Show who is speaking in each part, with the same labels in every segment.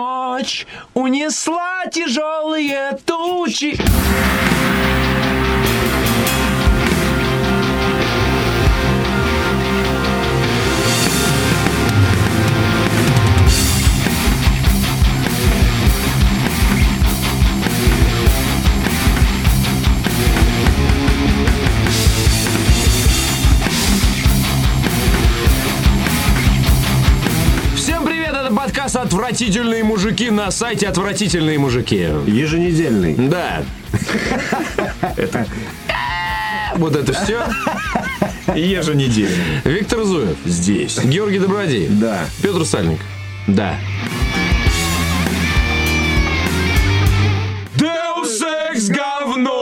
Speaker 1: Ночь унесла тяжелые тучи. Всем привет, это подкаст «Отвратительные мужики» на сайте «Отвратительные мужики».
Speaker 2: Еженедельный.
Speaker 1: Да. Это- Вот это все.
Speaker 2: Еженедельный.
Speaker 1: Виктор Зуев.
Speaker 2: Здесь.
Speaker 1: Георгий Добродеев.
Speaker 2: Да.
Speaker 1: Петр Сальник. Да. Deus Ex говно!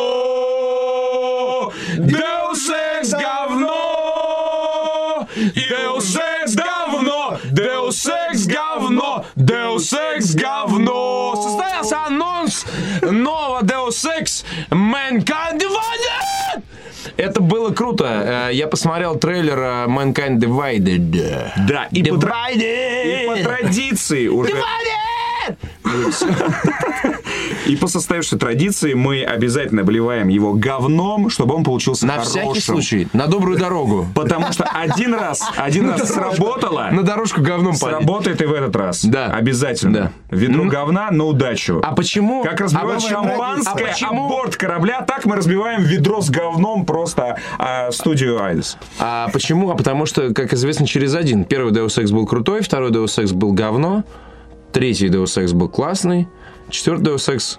Speaker 1: Deus Ex говно! Deus Ex говно! Deus Ex говно! Deus Ex говно! Состоялся анонс нового Deus Ex Mankind Divided! Это было круто. Э, Я посмотрел трейлер э, Mankind Divided.
Speaker 2: Да, и по, тра- и по
Speaker 1: Divided!
Speaker 2: традиции уже,
Speaker 1: Divided!
Speaker 2: и по состоявшейся традиции мы обязательно обливаем его говном, чтобы он получился
Speaker 1: На
Speaker 2: хорошим.
Speaker 1: всякий случай, на добрую дорогу.
Speaker 2: Потому что один раз, один раз сработало,
Speaker 1: На дорожку говном пойдем.
Speaker 2: сработает и в этот раз.
Speaker 1: Да.
Speaker 2: Обязательно.
Speaker 1: Да. Ну,
Speaker 2: Ведро говна на удачу.
Speaker 1: А почему?
Speaker 2: Как разбивают
Speaker 1: а почему- А
Speaker 2: шампанское об
Speaker 1: почему?
Speaker 2: борт корабля, так мы разбиваем ведро с говном просто а, студию Айдес.
Speaker 1: А почему? А потому что, как известно, через один. Первый Deus Ex был крутой, второй Deus Ex был говно, третий Deus Ex был классный, четвертый Deus Ex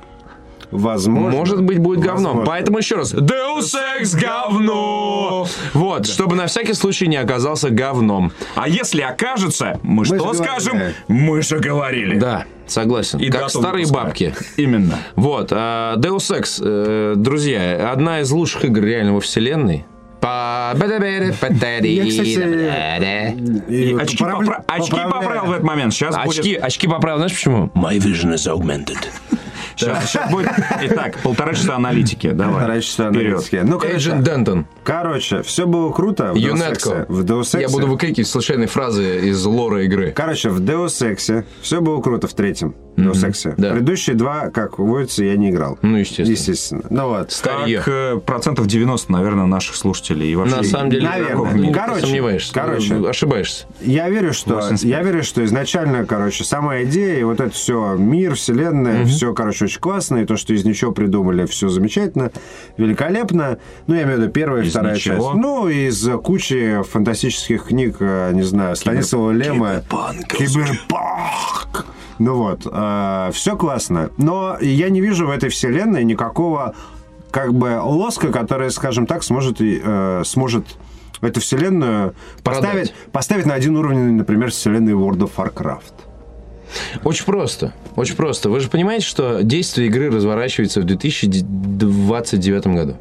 Speaker 3: Возможно.
Speaker 1: Может быть, будет говном.
Speaker 3: Возможно.
Speaker 1: Поэтому еще раз. Deus Ex говно! Вот, чтобы на всякий случай не оказался говном.
Speaker 2: А если окажется, мы,
Speaker 3: же
Speaker 2: что
Speaker 3: говорили.
Speaker 2: скажем? Мы же говорили.
Speaker 1: Да, согласен.
Speaker 2: И
Speaker 1: как
Speaker 2: дату
Speaker 1: старые
Speaker 2: выпуска.
Speaker 1: бабки.
Speaker 2: Именно.
Speaker 1: Вот, а, Deus Ex, э, друзья, одна из лучших игр реально во вселенной. Я,
Speaker 3: Я, кстати, и вот
Speaker 2: очки
Speaker 3: поправ-
Speaker 2: попра- очки
Speaker 3: поправляю.
Speaker 2: поправил в этот момент. Сейчас
Speaker 1: Очки, очки поправил, знаешь почему?
Speaker 2: будет... Сейчас, будет... Итак, полтора часа аналитики. Давай.
Speaker 3: Вторая часа
Speaker 2: Вперед.
Speaker 3: аналитики. Ну,
Speaker 1: Agent
Speaker 3: короче,
Speaker 1: Дентон,
Speaker 3: короче, все было круто в Deus
Speaker 1: Юнетко.
Speaker 3: Ex'е. В Deus Ex'е-
Speaker 1: Я буду выкрикивать случайные фразы из лора игры.
Speaker 3: Короче, в Deus Ex'е все было круто в третьем Deus Ex'е.
Speaker 1: да.
Speaker 3: Предыдущие два, как водится, я не играл.
Speaker 1: Ну, естественно.
Speaker 3: Естественно. Ну вот.
Speaker 1: Старье.
Speaker 2: Так, э, процентов 90, наверное, наших слушателей. И вообще...
Speaker 1: На самом деле,
Speaker 3: Наверное.
Speaker 1: игроков нет.
Speaker 3: Короче,
Speaker 1: сомневаешься. Ну,
Speaker 3: короче.
Speaker 1: Ошибаешься.
Speaker 3: Я верю, что, я верю, что изначально, короче, сама идея, и вот это все, мир, вселенная, все, короче, очень классно, и то, что из ничего придумали, все замечательно, великолепно. Ну, я имею в виду первая и
Speaker 2: Из
Speaker 3: вторая
Speaker 2: ничего?
Speaker 3: часть. Ну, из э, кучи фантастических книг, э, не знаю, Станислава Лема. Киберпанк. Ну вот, все классно. Но я не вижу в этой вселенной никакого как бы лоска, которая, скажем так, сможет, и, э, сможет эту вселенную
Speaker 1: Продать.
Speaker 3: поставить, поставить на один уровень, например, с вселенной World of Warcraft.
Speaker 1: Очень просто. Очень просто. Вы же понимаете, что действие игры разворачивается в 2029 году.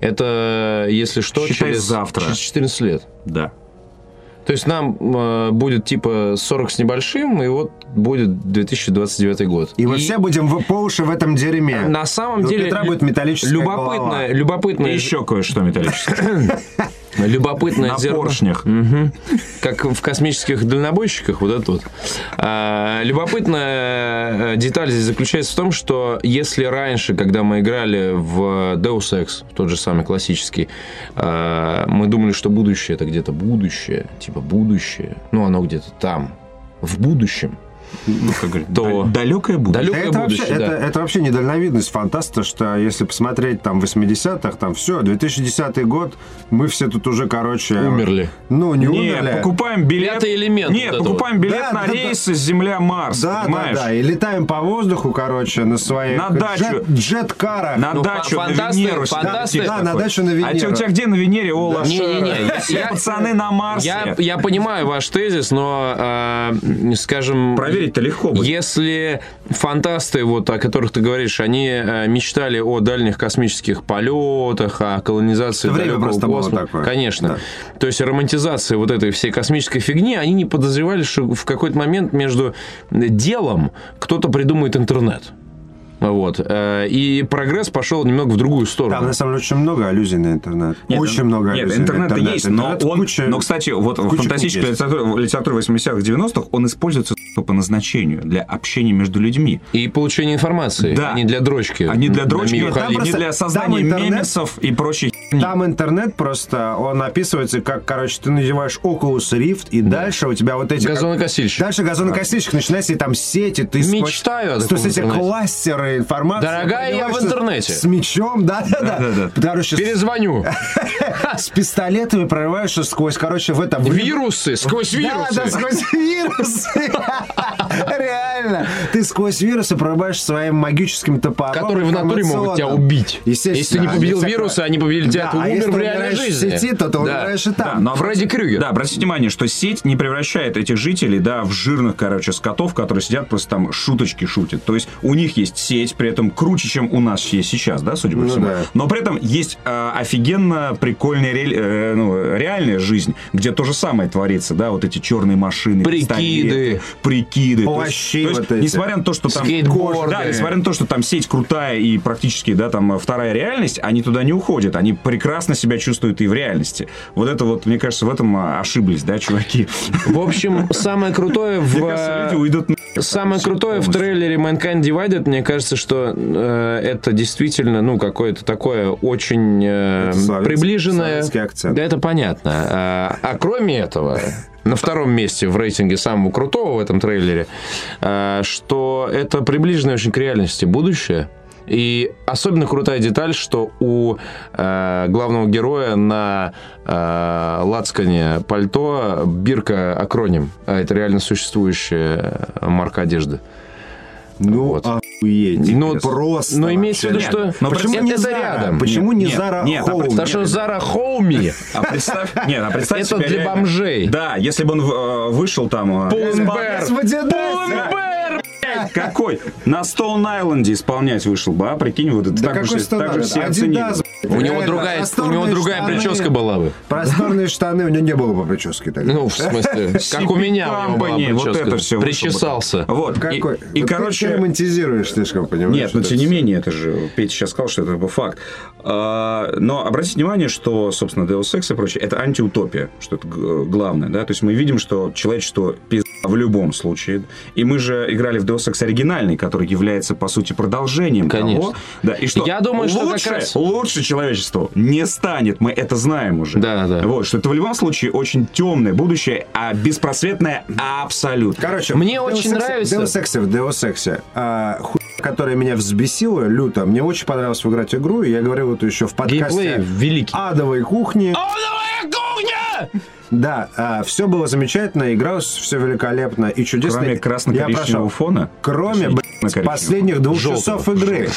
Speaker 1: Это, если что,
Speaker 2: Считай,
Speaker 1: через,
Speaker 2: завтра.
Speaker 1: через 14 лет.
Speaker 2: Да.
Speaker 1: То есть нам э, будет типа 40 с небольшим, и вот будет 2029 год.
Speaker 3: И, мы все будем в, по уши в этом дерьме.
Speaker 1: на самом
Speaker 3: И у
Speaker 1: деле
Speaker 3: Петра
Speaker 1: лю-
Speaker 3: будет металлическая
Speaker 1: любопытное, любопытное,
Speaker 2: И еще кое-что металлическое.
Speaker 1: любопытное
Speaker 2: На
Speaker 1: зерно.
Speaker 2: поршнях.
Speaker 1: как в космических дальнобойщиках, вот это вот. А, любопытная э, деталь здесь заключается в том, что если раньше, когда мы играли в Deus Ex, в тот же самый классический, э, мы думали, что будущее это где-то будущее, типа будущее, ну оно где-то там, в будущем,
Speaker 2: Ну, как говорит,
Speaker 1: То-
Speaker 2: да- далекое будущее.
Speaker 1: далекое
Speaker 3: это,
Speaker 1: будущее,
Speaker 3: вообще,
Speaker 1: да.
Speaker 3: это, это вообще недальновидность фантаста, что если посмотреть там 80-х, там все, 2010 год, мы все тут уже, короче...
Speaker 1: Умерли.
Speaker 3: Ну, не,
Speaker 2: Не,
Speaker 3: умерли.
Speaker 2: покупаем билет.
Speaker 1: Пятый элемент
Speaker 2: Нет,
Speaker 1: вот это
Speaker 2: покупаем билет
Speaker 3: Да,
Speaker 2: на
Speaker 3: да, да.
Speaker 2: рейс с Земля-Марс.
Speaker 3: Да, да,
Speaker 2: понимаешь?
Speaker 3: да. И летаем по воздуху, короче, на своей...
Speaker 2: На дачу.
Speaker 3: Джет, джеткара.
Speaker 2: На
Speaker 1: Ну,
Speaker 2: дачу на
Speaker 1: фантасты-
Speaker 2: Венеру.
Speaker 1: фантасты-
Speaker 2: сидеть
Speaker 1: Да,
Speaker 3: на
Speaker 2: такой.
Speaker 3: дачу на
Speaker 2: А чё,
Speaker 3: Венеру.
Speaker 2: у тебя где на Венере, Ола?
Speaker 1: Не-не-не,
Speaker 2: Шера?
Speaker 1: я-
Speaker 2: Пацаны на Марсе.
Speaker 1: Я, я понимаю ваш тезис, но, э, скажем...
Speaker 2: Проверить-то легко будет.
Speaker 1: Если фантасты, вот, о которых ты говоришь, они э, мечтали о дальних космических полетах, о колонизации
Speaker 3: Это время
Speaker 1: далекого
Speaker 3: просто было
Speaker 1: космоса,
Speaker 3: такое.
Speaker 1: конечно. То есть романтизация вот этой всей космической фигни, они не подозревали, что в какой-то момент между делом кто-то придумает интернет. Вот. Э, И прогресс пошел немного в другую сторону.
Speaker 3: Там на самом деле очень много аллюзий на интернет.
Speaker 2: Нет,
Speaker 3: очень
Speaker 2: ин-
Speaker 3: много
Speaker 2: Нет,
Speaker 3: аллюзий на
Speaker 2: интернет,
Speaker 3: интернет.
Speaker 2: есть, но
Speaker 3: Интернет
Speaker 2: он...
Speaker 3: куча-
Speaker 2: но, кстати, вот в
Speaker 3: куча
Speaker 2: фантастической
Speaker 3: книг есть.
Speaker 2: литературе, литературе 80-х, 90-х он используется, сука, по назначению для общения между людьми.
Speaker 1: И получение информации,
Speaker 2: Да.
Speaker 1: а не для дрочки.
Speaker 2: Они для
Speaker 1: На
Speaker 2: дрочки,
Speaker 1: мини-
Speaker 3: Нет, там
Speaker 2: они
Speaker 3: просто-
Speaker 2: для
Speaker 3: там
Speaker 2: создания
Speaker 3: интернет-
Speaker 2: мемесов и прочей херни.
Speaker 3: Там интернет просто, он описывается как, короче, ты надеваешь Oculus Rift, и дальше у тебя вот эти... как-
Speaker 1: Газонокосильщик.
Speaker 3: Дальше газонокосильщик, начинается, и там сети, ты... сквозь-
Speaker 1: Мечтаю о таком
Speaker 3: сквозь эти
Speaker 1: интернете.
Speaker 3: кластеры информации.
Speaker 1: Дорогая, я в
Speaker 3: понимаешь,
Speaker 1: интернете.
Speaker 3: С мечом, да-да-да.
Speaker 2: Да-да-да.
Speaker 3: Короче, с-
Speaker 1: Перезвоню.
Speaker 3: с пистолетами прорываешься сквозь, короче, в этом... в лю-
Speaker 1: Вирусы, сквозь
Speaker 3: Да,
Speaker 1: вирусы.
Speaker 3: да, сквозь вирусы. Реально. Ты сквозь вирусы пробиваешь своим магическим топором.
Speaker 1: Которые в натуре могут тебя
Speaker 3: информационным.
Speaker 1: убить.
Speaker 3: Естественно.
Speaker 1: Если ты не победил
Speaker 3: Есть
Speaker 1: вирусы,
Speaker 3: такое.
Speaker 1: они победили тебя,
Speaker 3: Да,
Speaker 1: ты
Speaker 3: а
Speaker 1: умер
Speaker 3: если
Speaker 1: в
Speaker 3: ты
Speaker 1: реальной
Speaker 3: умираешь в
Speaker 1: жизни.
Speaker 3: сети, то ты
Speaker 1: Да.
Speaker 3: умираешь и там.
Speaker 1: но Фредди Крюгер.
Speaker 2: Да, обратите внимание, что сеть не превращает этих жителей, да, в жирных, короче, скотов, которые сидят просто там шуточки шутят. То есть у них есть сеть, при этом круче, чем у нас есть сейчас, да, судя по
Speaker 3: Ну
Speaker 2: всему.
Speaker 3: да.
Speaker 2: Но при этом есть э, офигенно прикольная рель- э, ну, реальная жизнь, где то же самое творится, да, вот эти черные машины,
Speaker 1: Прикиды.
Speaker 2: пистолеты, прикиды, То есть-
Speaker 3: Плащи
Speaker 2: то есть,
Speaker 3: вот эти.
Speaker 2: Несмотря на то, что там,
Speaker 1: Скейтборды.
Speaker 2: да, несмотря на то, что там сеть крутая и практически, да, там э, вторая реальность, они туда не уходят, они прекрасно себя чувствуют и в реальности. Вот это вот, мне кажется, в этом а, ошиблись, да, чуваки.
Speaker 1: В общем, самое крутое в... э,
Speaker 2: Мне кажется, люди уйдут. на-
Speaker 1: Самое крутое в
Speaker 2: полностью.
Speaker 1: трейлере Mankind Divided, мне кажется, что э, это действительно, ну, какое-то такое очень э,
Speaker 3: Это славянс-
Speaker 1: приближенное...
Speaker 3: славянский акцент.
Speaker 1: Да, это понятно. А, а кроме этого, на втором месте в рейтинге самого крутого в этом трейлере, э, что это приближенное очень к реальности будущее. И особенно крутая деталь, что у э, главного героя на э, лацкане пальто бирка акроним. А Это реально существующая марка одежды.
Speaker 3: Ну,
Speaker 1: Вот.
Speaker 3: охуеть.
Speaker 1: Ну,
Speaker 3: просто.
Speaker 1: но имеется в виду,
Speaker 3: вообще.
Speaker 1: что
Speaker 2: но
Speaker 1: почему
Speaker 2: просто
Speaker 1: не
Speaker 3: это
Speaker 1: это рядом?
Speaker 3: Почему
Speaker 2: Нет,
Speaker 3: не
Speaker 2: нет,
Speaker 3: Зара
Speaker 2: нет, а
Speaker 3: Хоум?
Speaker 1: Потому что Зара Хоуми
Speaker 2: А представь, нет, а представь
Speaker 1: Это
Speaker 2: себе
Speaker 1: для
Speaker 2: реально-
Speaker 1: бомжей.
Speaker 2: Да, если бы он э, вышел там. э,
Speaker 1: Пумбер.
Speaker 3: Господи, да, да.
Speaker 1: Пумбер!
Speaker 2: Какой? На Стоун-Айленде исполнять вышел бы, а? Прикинь, вот это
Speaker 3: Да
Speaker 2: так
Speaker 3: какой
Speaker 2: же, так же
Speaker 3: стандарт?
Speaker 2: все оценили.
Speaker 3: Адидас,
Speaker 1: У
Speaker 3: блядь,
Speaker 1: него
Speaker 3: реально.
Speaker 1: другая, у него
Speaker 3: Э, Просторные
Speaker 1: другая
Speaker 3: штаны.
Speaker 1: прическа была бы.
Speaker 3: Просторные штаны, у него не было бы прически тогда.
Speaker 1: Ну, в смысле, как у меня у него была
Speaker 2: Компани, вот
Speaker 1: прическа.
Speaker 2: это все.
Speaker 1: Причесался.
Speaker 2: Вот. и-
Speaker 3: Какой?
Speaker 2: И,
Speaker 3: Вот ты
Speaker 2: короче,
Speaker 3: романтизируешь слишком, понимаешь?
Speaker 2: Нет, но
Speaker 3: это
Speaker 2: тем не
Speaker 3: всё.
Speaker 2: менее, это же, Петя сейчас сказал, что это как бы факт. А, Но обратите внимание, что, собственно, Deus Ex и прочее, это антиутопия, что это г- главное, да, то есть мы видим, что человечество пизда в любом случае, и мы же играли в Deus Ex оригинальный, который является, по сути, продолжением
Speaker 1: Конечно.
Speaker 2: того, да, и что
Speaker 1: Я думаю, что как
Speaker 2: лучше,
Speaker 1: раз-
Speaker 2: лучше человечеству не станет, мы это знаем уже.
Speaker 1: Да, да.
Speaker 2: Вот, что это в любом случае очень темное будущее, а беспросветное абсолютно.
Speaker 3: Короче,
Speaker 1: Мне
Speaker 3: Deus
Speaker 1: очень
Speaker 3: Ex-
Speaker 1: нравится-
Speaker 3: Deus Ex, в Deus Ex, а, хуй, которая меня взбесила люто. Мне очень понравилось выиграть игру, и я говорил это еще в
Speaker 1: Геймплей
Speaker 3: подкасте
Speaker 1: великий.
Speaker 3: «Адовой кухни».
Speaker 2: А!
Speaker 1: Адовая кухня!
Speaker 3: Да, все было замечательно, игралось все великолепно и чудесно.
Speaker 2: Кроме
Speaker 3: Я
Speaker 2: красно-коричневого
Speaker 3: прошу,
Speaker 2: фона.
Speaker 3: Кроме,
Speaker 2: Точнее,
Speaker 3: блядь,
Speaker 2: темно-коричневого.
Speaker 3: последних двух
Speaker 1: Желтого.
Speaker 3: часов игры.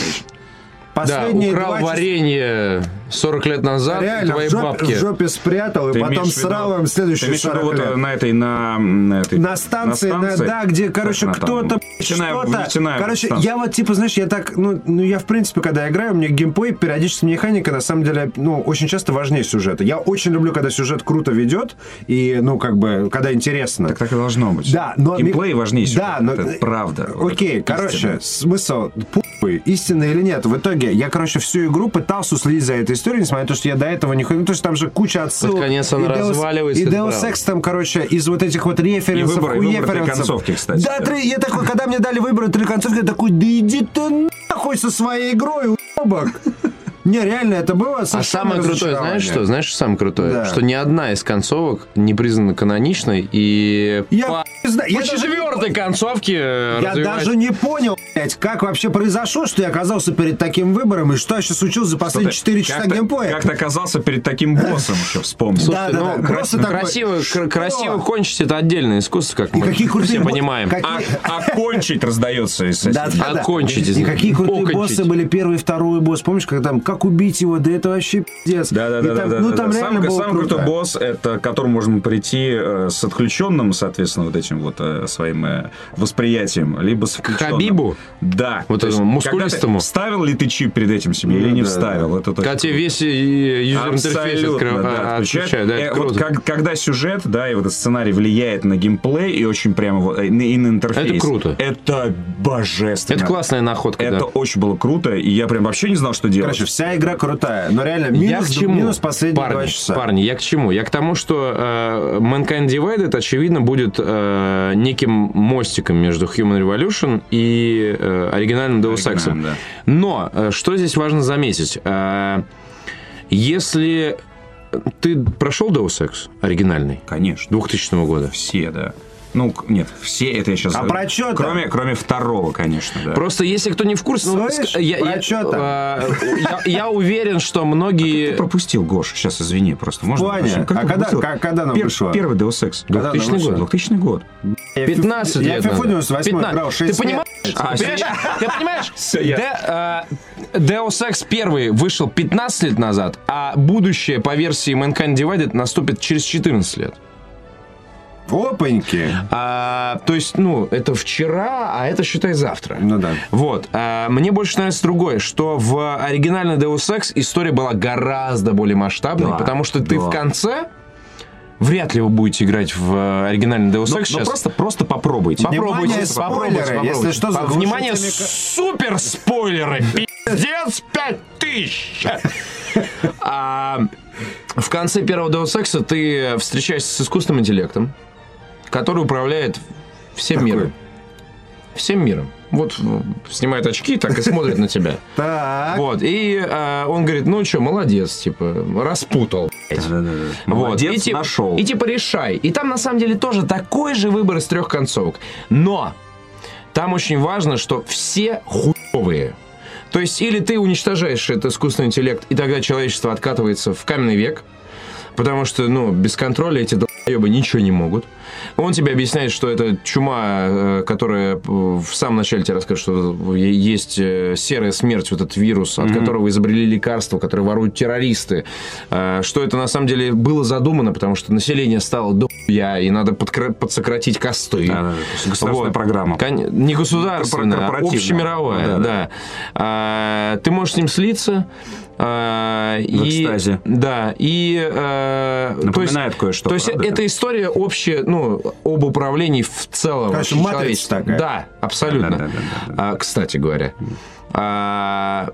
Speaker 1: Да,
Speaker 3: Последние
Speaker 1: украл
Speaker 3: два часа-
Speaker 1: варенье 40 лет назад
Speaker 3: Реально,
Speaker 1: твоей
Speaker 3: в жопе,
Speaker 1: бабки.
Speaker 3: в жопе спрятал,
Speaker 2: Ты
Speaker 3: и потом
Speaker 2: имеешь в виду-
Speaker 3: срал им
Speaker 2: ты
Speaker 3: следующие
Speaker 2: имеешь в виду
Speaker 3: 40
Speaker 2: вот,
Speaker 3: лет.
Speaker 2: э, на этой, на... м, этой-
Speaker 3: На станции, на-
Speaker 2: станции?
Speaker 3: да, где, короче,
Speaker 2: Точно, там,
Speaker 3: кто-то
Speaker 2: нефтяная-
Speaker 3: что-то-
Speaker 2: нефтяная
Speaker 3: Короче,
Speaker 2: станция.
Speaker 3: я вот, типа, знаешь, я так, ну, ну, я, в принципе, когда играю, мне геймплей, периодически механика, на самом деле, ну, очень часто важнее сюжета. Я очень люблю, когда сюжет круто ведет, и, ну, как бы, когда интересно.
Speaker 2: Так так и должно быть.
Speaker 3: Да, но...
Speaker 2: Геймплей важнее
Speaker 3: Да,
Speaker 2: сюжета.
Speaker 3: но... э,
Speaker 2: Это правда. Вот
Speaker 3: Окей,
Speaker 2: это
Speaker 3: короче,
Speaker 2: истина.
Speaker 3: смысл пупы, истинно или нет. В итоге я, короче, всю игру пытался уследить за этой историей, несмотря на то, что я до этого не ходил. Ну, То есть там же куча отсылок.
Speaker 1: Под конец она
Speaker 3: И Deus-
Speaker 1: разваливается,
Speaker 3: И
Speaker 1: это
Speaker 3: Deus
Speaker 1: правда.
Speaker 3: Ex там, короче, из вот этих вот референсов,
Speaker 2: И выбор- и выбор этой
Speaker 3: хуеференсов.
Speaker 2: концовки, кстати,
Speaker 3: Да,
Speaker 2: да.
Speaker 3: три- я такой, когда мне дали выбор три концовки, я такой, да иди ты нахуй со своей игрой, уебок. Не, реально, это было
Speaker 1: А самое крутое, знаешь что? Знаешь, что самое крутое?
Speaker 3: Да.
Speaker 1: Что ни одна из концовок не признана каноничной, и
Speaker 3: Я
Speaker 1: по,
Speaker 3: не знаю, я
Speaker 1: по
Speaker 3: даже-
Speaker 1: четвертой концовке
Speaker 3: Я даже не понял, блядь, как вообще произошло, что я оказался перед таким выбором, и что я сейчас учил за последние 4 часа
Speaker 2: Как-то-
Speaker 3: геймплея.
Speaker 2: Как-то оказался перед таким боссом еще вспомнил.
Speaker 3: Да,
Speaker 1: ну,
Speaker 3: да, да, просто такой,
Speaker 1: красиво,
Speaker 3: что?
Speaker 1: красиво кончить это отдельное искусство, как мы
Speaker 3: какие крутые
Speaker 1: все
Speaker 3: бо-
Speaker 1: понимаем.
Speaker 3: как-
Speaker 2: А, а кончить раздается из соседей.
Speaker 3: Да, да, да.
Speaker 1: Окончить,
Speaker 3: И
Speaker 1: извините.
Speaker 3: какие крутые
Speaker 1: Окончить.
Speaker 3: боссы были первый и второй босс. Помнишь, как там, как убить его, да это вообще пиздец.
Speaker 2: Да, да,
Speaker 3: И
Speaker 2: да,
Speaker 3: там-
Speaker 2: да, да,
Speaker 3: Ну
Speaker 2: да,
Speaker 3: там
Speaker 2: да.
Speaker 3: реально
Speaker 2: Самый-
Speaker 3: было
Speaker 2: самый
Speaker 3: круто.
Speaker 2: крутой босс, это к которому можно прийти э, с отключенным, соответственно, вот этим вот э, своим э, восприятием, либо с
Speaker 1: Хабибу?
Speaker 2: Да.
Speaker 1: Вот
Speaker 2: То есть,
Speaker 1: этому
Speaker 2: когда ты-
Speaker 1: мускулистому.
Speaker 2: Вставил ли ты чип перед этим себе или
Speaker 3: Ну,
Speaker 2: не
Speaker 3: да,
Speaker 2: вставил? Это точно.
Speaker 1: Когда тебе весь э, юзер-интерфейс
Speaker 2: Абсолютно,
Speaker 1: открыл-
Speaker 2: да,
Speaker 1: а,
Speaker 2: отключает.
Speaker 1: отключает, да,
Speaker 2: Э,
Speaker 1: это
Speaker 2: вот
Speaker 1: круто.
Speaker 2: как- когда сюжет, да, и вот этот сценарий влияет на геймплей и очень прямо вот, э, и на интерфейс.
Speaker 1: Это круто.
Speaker 2: Это божественно.
Speaker 1: Это классная находка,
Speaker 2: Это
Speaker 1: да.
Speaker 2: очень было круто, и я прям вообще не знал, что делать.
Speaker 3: Короче, вся игра крутая, но реально минус,
Speaker 1: я к чему?
Speaker 3: минус последние
Speaker 1: парни,
Speaker 3: два часа.
Speaker 1: парни, я к чему? Я к тому, что э, Mankind Divided, очевидно, будет э, неким мостиком между Human Revolution и э, оригинальным Deus Ex'ом.
Speaker 2: Оригинальным, да.
Speaker 1: Но э, что здесь важно заметить? Э, если ты прошел Deus Ex оригинальный
Speaker 2: Конечно.
Speaker 1: 2000 года,
Speaker 2: Все, да. Ну, к- нет, все это я сейчас...
Speaker 3: А про чё там?
Speaker 2: Кроме, кроме второго, конечно, да.
Speaker 1: Просто если кто не в курсе, ну,
Speaker 3: Слышь,
Speaker 1: ск- я,
Speaker 3: про
Speaker 1: я-
Speaker 3: чё там?
Speaker 1: а, я- я уверен, что многие...
Speaker 2: Ты пропустил, Гош, сейчас извини, просто. Можно
Speaker 3: Ваня,
Speaker 2: попросить?
Speaker 3: а когда-
Speaker 2: пропустил?
Speaker 3: как- когда она
Speaker 2: Пер-
Speaker 3: вышла?
Speaker 2: Первый Deus Ex.
Speaker 3: Когда она
Speaker 1: 2000
Speaker 3: вышла?
Speaker 1: год.
Speaker 2: 2000 год.
Speaker 3: Я
Speaker 1: 15
Speaker 3: фиф-
Speaker 1: лет.
Speaker 3: Я фифу
Speaker 1: надо.
Speaker 3: 98
Speaker 1: 15.
Speaker 3: играл, 6
Speaker 1: Ты понимаешь?
Speaker 2: А,
Speaker 1: Ты
Speaker 2: всё,
Speaker 1: понимаешь? Ты понимаешь?
Speaker 2: Всё, я-
Speaker 1: Де- а, Deus Ex 1 вышел 15 лет назад, а будущее по версии Mankind Divided наступит через 14 лет.
Speaker 3: Опаньки.
Speaker 1: А, то есть, ну, это вчера, а это, считай, завтра.
Speaker 3: Ну да.
Speaker 1: Вот. а, мне больше нравится другое, что в оригинальной Deus Ex история была гораздо более масштабной,
Speaker 2: Да,
Speaker 1: потому что ты
Speaker 2: да.
Speaker 1: в конце вряд ли вы будете играть в э, оригинальный Deus Ex
Speaker 2: Ну,
Speaker 1: сейчас.
Speaker 2: просто, просто попробуйте.
Speaker 1: Попробуйте,
Speaker 3: Внимание,
Speaker 1: попробуйте,
Speaker 3: спойлеры,
Speaker 1: попробуйте.
Speaker 3: если что,
Speaker 1: По-
Speaker 3: заглушите
Speaker 1: Внимание,
Speaker 3: микро-
Speaker 1: супер спойлеры! Пиздец, 5000! А, В конце первого Deus Ex ты встречаешься с искусственным интеллектом, который управляет всем миром. Всем миром. Вот м, снимает очки, так и смотрит на тебя.
Speaker 3: Так.
Speaker 1: Вот. И э, он говорит, ну что, молодец, типа, распутал.
Speaker 2: Молодец,
Speaker 1: и, типа,
Speaker 2: нашел.
Speaker 1: И типа решай. И там на самом деле тоже такой же выбор из трех концовок. Но там очень важно, что все хуевые. То есть или ты уничтожаешь этот искусственный интеллект, и тогда человечество откатывается в каменный век, потому что, ну, без контроля эти долбоебы ничего не могут. Он тебе объясняет, что это чума, э, которая э, в самом начале тебе расскажет, что е- есть э, серая смерть, вот этот вирус, от которого изобрели лекарства, которые воруют террористы. Э, Что это на самом деле было задумано, потому что население стало дохуя, и надо подкра- подсократить косты.
Speaker 2: Да, да, да. То есть государственная
Speaker 1: Вот.
Speaker 2: программа.
Speaker 1: Кон- Не государственная, а
Speaker 2: Корпоративная.
Speaker 1: общемировая,
Speaker 2: Да,
Speaker 1: да.
Speaker 2: да.
Speaker 1: А, ты можешь с ним слиться. а, и,
Speaker 2: экстазе.
Speaker 1: Да, и... э, то
Speaker 2: Напоминает
Speaker 1: есть-
Speaker 2: кое-что,
Speaker 1: То есть
Speaker 2: правда?
Speaker 1: это история общая, ну, об управлении в целом. вообще
Speaker 3: Короче, матрица
Speaker 1: человечеством.
Speaker 3: такая.
Speaker 1: Да, абсолютно.
Speaker 2: Да-да-да-да-да.
Speaker 1: А, кстати говоря. А,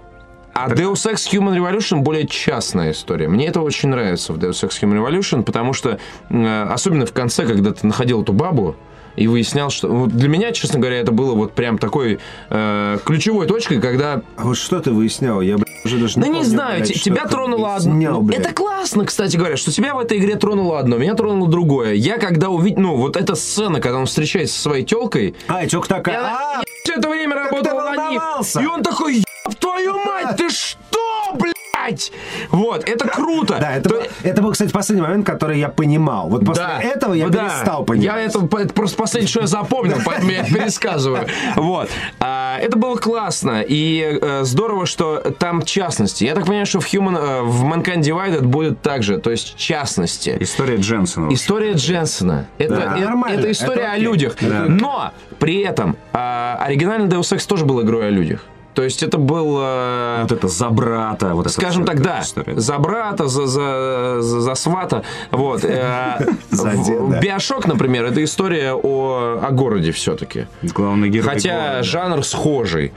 Speaker 1: а Deus Ex Human Revolution более частная история. Мне это очень нравится в Deus Ex Human Revolution, потому что, э, особенно в конце, когда ты находил эту бабу, и выяснял, что... вот для меня, честно говоря, это было вот прям такой э, ключевой точкой, когда
Speaker 3: А вот что ты выяснял? Я, блядь, уже даже
Speaker 1: да Ну, не
Speaker 3: помню,
Speaker 1: знаю,
Speaker 3: Типа, блядь,
Speaker 1: те-
Speaker 3: что
Speaker 1: тебя
Speaker 3: ты
Speaker 1: тронуло
Speaker 3: выяснял,
Speaker 1: одно. Ну,
Speaker 3: блядь.
Speaker 1: Это классно, кстати говоря, что тебя в этой игре тронуло одно, меня тронуло другое. Я когда увидел, ну, вот эта сцена, когда он встречается со своей телкой,
Speaker 3: А, и тёлка
Speaker 1: и
Speaker 3: такая,
Speaker 1: она
Speaker 3: а,
Speaker 1: все это время работала
Speaker 3: ты
Speaker 1: на них.
Speaker 3: волновался?
Speaker 1: И он такой, еб твою мать, ты что, блядь? Вот, это круто.
Speaker 3: Да, это,
Speaker 1: То-
Speaker 3: был- это был, кстати, последний момент, который я понимал. Вот после
Speaker 1: да.
Speaker 3: этого я
Speaker 1: Да.
Speaker 3: перестал понимать.
Speaker 1: Я это, по- это просто последнее, что я запомнил, поэтому я пересказываю. Вот. А, это было классно. И э, здорово, что там частности. Я так понимаю, что в Human, э, в Mankind Divided будет так же. То есть частности.
Speaker 2: История Дженсона.
Speaker 1: История Дженсона. Это,
Speaker 3: Да.
Speaker 1: э-
Speaker 3: Нормально,
Speaker 1: это история
Speaker 3: это
Speaker 1: о
Speaker 3: окей.
Speaker 1: людях.
Speaker 3: Да.
Speaker 1: Но при этом а, оригинальный Deus Ex тоже был игрой о людях. То есть это был... э,
Speaker 2: Вот это за брата. Вот это
Speaker 1: скажем
Speaker 2: всё,
Speaker 1: так,
Speaker 2: эта
Speaker 1: да,
Speaker 2: история.
Speaker 1: за брата, за, за, за, за свата, вот. э,
Speaker 3: За
Speaker 1: в-
Speaker 3: деда.
Speaker 1: Биошок, например, это история о, о городе все-таки.
Speaker 2: Главный герой.
Speaker 1: Хотя
Speaker 2: главный, да.
Speaker 1: жанр схожий.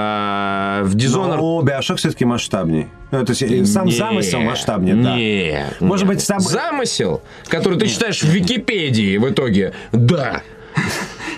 Speaker 1: А, В
Speaker 3: Но
Speaker 1: Dishonored...
Speaker 3: у Биошок все-таки масштабней. Ну, то есть э, сам
Speaker 1: Нет,
Speaker 3: замысел масштабнее, да.
Speaker 1: Нет.
Speaker 3: Может
Speaker 1: нет.
Speaker 3: быть, сам-
Speaker 1: замысел, который ты читаешь в Википедии в итоге, да.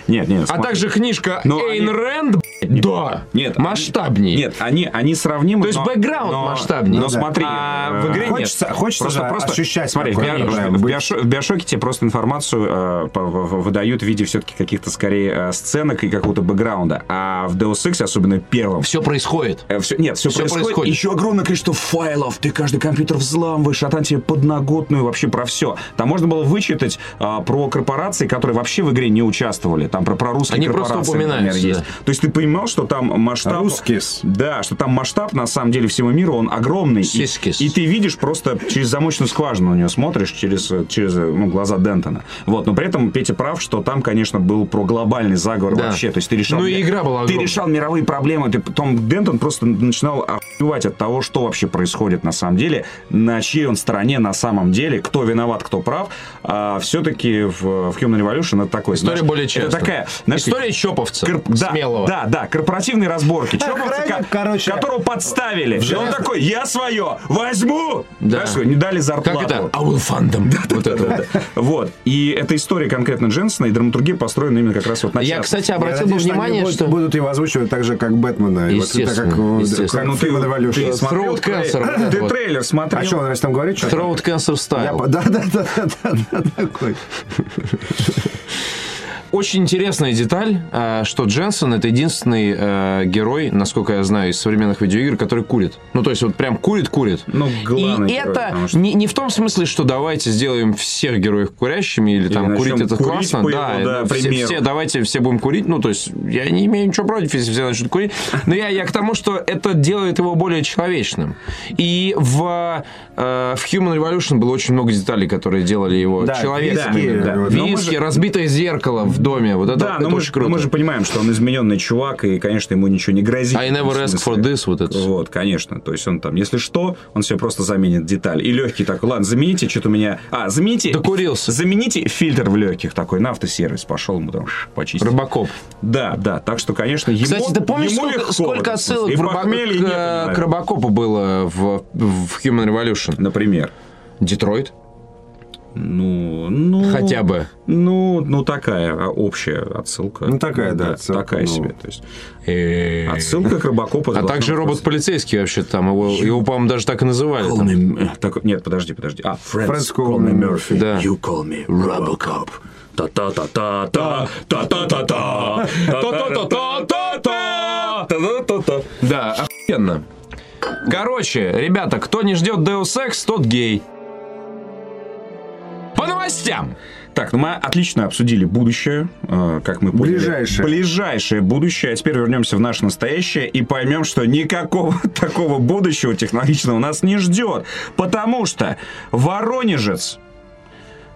Speaker 2: Нет, нет.
Speaker 1: А
Speaker 2: смотри.
Speaker 1: также книжка
Speaker 2: Но
Speaker 1: Эйн
Speaker 2: они-
Speaker 1: Рэнд, блядь, да,
Speaker 2: Нет, они-
Speaker 1: масштабнее.
Speaker 2: Нет, они, они сравнимы.
Speaker 1: То есть
Speaker 2: но-
Speaker 1: бэкграунд
Speaker 2: но-
Speaker 1: масштабнее.
Speaker 2: Но
Speaker 1: Ну да.
Speaker 2: смотри,
Speaker 1: А
Speaker 2: э,
Speaker 1: в игре нет.
Speaker 3: Хочется, хочется же ощущать.
Speaker 2: Смотри, в,
Speaker 3: какой-то
Speaker 2: Био-
Speaker 3: прям
Speaker 2: в
Speaker 3: быть.
Speaker 2: Биошо- в Биошоке тебе просто информацию э, по- в- выдают в виде все-таки каких-то скорее э, сценок и какого-то бэкграунда. А в Deus Ex, особенно первом,
Speaker 1: Все происходит.
Speaker 2: Э, всё- нет, все,
Speaker 1: Всё
Speaker 2: происходит.
Speaker 1: происходит.
Speaker 2: Еще огромное количество файлов. Ты каждый компьютер взламываешь, а там тебе подноготную вообще про все. Там можно было вычитать а, про корпорации, которые вообще в игре не участвовали. Там про, про русские
Speaker 1: Они просто
Speaker 2: корпорации, например,
Speaker 1: упоминаются,
Speaker 2: есть.
Speaker 1: да.
Speaker 2: То есть ты понимал, знал, что там масштаб...
Speaker 3: Русскис.
Speaker 2: Да, что там масштаб, на самом деле, всего мира, он огромный. И-
Speaker 1: Сискис.
Speaker 2: И, ты видишь просто через замочную скважину на нее смотришь, через, э, через э, ну, глаза Дентона. Вот, но при этом Петя прав, что там, конечно, был про глобальный заговор
Speaker 1: Да.
Speaker 2: вообще. То есть ты решал...
Speaker 1: Ну и
Speaker 2: ми-
Speaker 1: игра была
Speaker 2: Ты
Speaker 1: огромная.
Speaker 2: решал мировые проблемы. Ты потом Дентон просто начинал охуевать от того, что вообще происходит на самом деле, на чьей он стороне на самом деле, кто виноват, кто прав. А все-таки в, в Human Revolution это такой...
Speaker 1: История
Speaker 2: знаешь,
Speaker 1: более честная.
Speaker 2: Это такая... знаешь, как-
Speaker 1: История Чоповца.
Speaker 2: Корп- Да,
Speaker 1: Смелого.
Speaker 2: да, да, корпоративные разборки. Чоповца,
Speaker 3: Охранник,
Speaker 2: ко-
Speaker 3: короче.
Speaker 2: которого подставили. И он такой, я свое возьму!
Speaker 1: Да.
Speaker 2: Знаешь, не дали зарплату.
Speaker 1: Как это? I will fund them. Вот это вот.
Speaker 2: Вот. И эта история конкретно Дженсона и драматургия построена именно как раз вот на
Speaker 1: Я,
Speaker 2: частности.
Speaker 1: кстати,
Speaker 3: Я
Speaker 1: обратил бы
Speaker 3: надеюсь, они
Speaker 1: внимание,
Speaker 3: будут-
Speaker 1: что...
Speaker 3: будут его озвучивать так же, как Бэтмена. И вот это
Speaker 1: Естественно,
Speaker 3: как, э,
Speaker 1: естественно.
Speaker 3: как
Speaker 2: Ну, ты,
Speaker 3: Human Revolution.
Speaker 2: ты смотрел
Speaker 1: Throat
Speaker 2: трей-
Speaker 1: cancer, вот
Speaker 2: Ты
Speaker 1: это вот.
Speaker 2: трейлер
Speaker 3: А что,
Speaker 2: смотрел?
Speaker 3: он раз там говорит что-то?
Speaker 1: Throat Cancer
Speaker 3: Я по-
Speaker 1: Style.
Speaker 3: Да, да, да, да, да, да, такой.
Speaker 1: Очень интересная деталь, а, что Дженсон это единственный э, герой, насколько я знаю, из современных видеоигр, который курит. Ну, то есть вот прям курит-курит.
Speaker 2: Ну, главный
Speaker 1: И
Speaker 2: герой,
Speaker 1: это
Speaker 2: потому что-
Speaker 1: не, не в том смысле, что давайте сделаем всех героев курящими, или, там
Speaker 2: начнем
Speaker 1: курить это
Speaker 2: курить
Speaker 1: классно.
Speaker 2: по его,
Speaker 1: да,
Speaker 2: да,
Speaker 1: ну, все,
Speaker 2: примеру.
Speaker 1: все, давайте все будем курить. Ну, то есть, я не имею ничего против, если все начнут курить. Но я, я к тому, что это делает его более человечным. И в, э, в Human Revolution было очень много деталей, которые делали его
Speaker 2: Да,
Speaker 1: человеком.
Speaker 2: да,
Speaker 1: именно.
Speaker 2: да. Но мы
Speaker 1: Виски,
Speaker 2: же-
Speaker 1: разбитое зеркало в доме. Вот это,
Speaker 2: Да,
Speaker 1: это
Speaker 2: но мы,
Speaker 1: очень
Speaker 2: же,
Speaker 1: круто.
Speaker 2: но мы же понимаем, что он измененный чувак, и, конечно, ему ничего не грозит.
Speaker 1: I never
Speaker 2: В
Speaker 1: ask
Speaker 2: смысле.
Speaker 1: for this, вот это.
Speaker 2: Вот, конечно. То есть он там, если что, он себе просто заменит деталь. И легкий такой, ладно, замените, что-то у меня... А, замените...
Speaker 1: Докурился.
Speaker 2: Замените фильтр в легких такой, на автосервис пошел ему там ш, почистить.
Speaker 1: Рыбакоп.
Speaker 2: Да, да, так что, конечно, ему
Speaker 1: Кстати, ты помнишь,
Speaker 2: ему
Speaker 1: сколько,
Speaker 2: легко в
Speaker 1: сколько
Speaker 2: этом
Speaker 1: отсылок
Speaker 2: смысле. И
Speaker 1: в Рыбак-
Speaker 2: похмелья
Speaker 1: к,
Speaker 2: нету,
Speaker 1: э,
Speaker 2: наверное.
Speaker 1: к Рыбакопу было в, в Human Revolution?
Speaker 2: Например.
Speaker 1: Детройт?
Speaker 2: Ну, ну...
Speaker 1: Хотя бы.
Speaker 2: Ну, ну такая а, общая отсылка.
Speaker 3: Ну, такая, да, отсылка,
Speaker 2: такая
Speaker 3: ну.
Speaker 2: себе. То есть
Speaker 1: Э,
Speaker 2: отсылка к Робокопу.
Speaker 1: А также робот-полицейский вообще там. Его, его по-моему, даже так и называли. там.
Speaker 2: Так, нет, подожди, подожди. А, Фрэнс
Speaker 3: Friends call me Murphy.
Speaker 1: Да.
Speaker 4: You call me Robocop. Та-та-та-та-та, та-та-та-та, та-та-та-та-та-та.
Speaker 1: Да, охуенно. Короче, ребята, кто не ждет Deus Ex, тот гей. По новостям!
Speaker 2: Так, ну мы отлично обсудили будущее, э, как мы поняли.
Speaker 3: Ближайшее.
Speaker 2: Ближайшее будущее. А теперь вернемся в наше настоящее и поймем, что никакого такого будущего технологичного нас не ждет. Потому что воронежец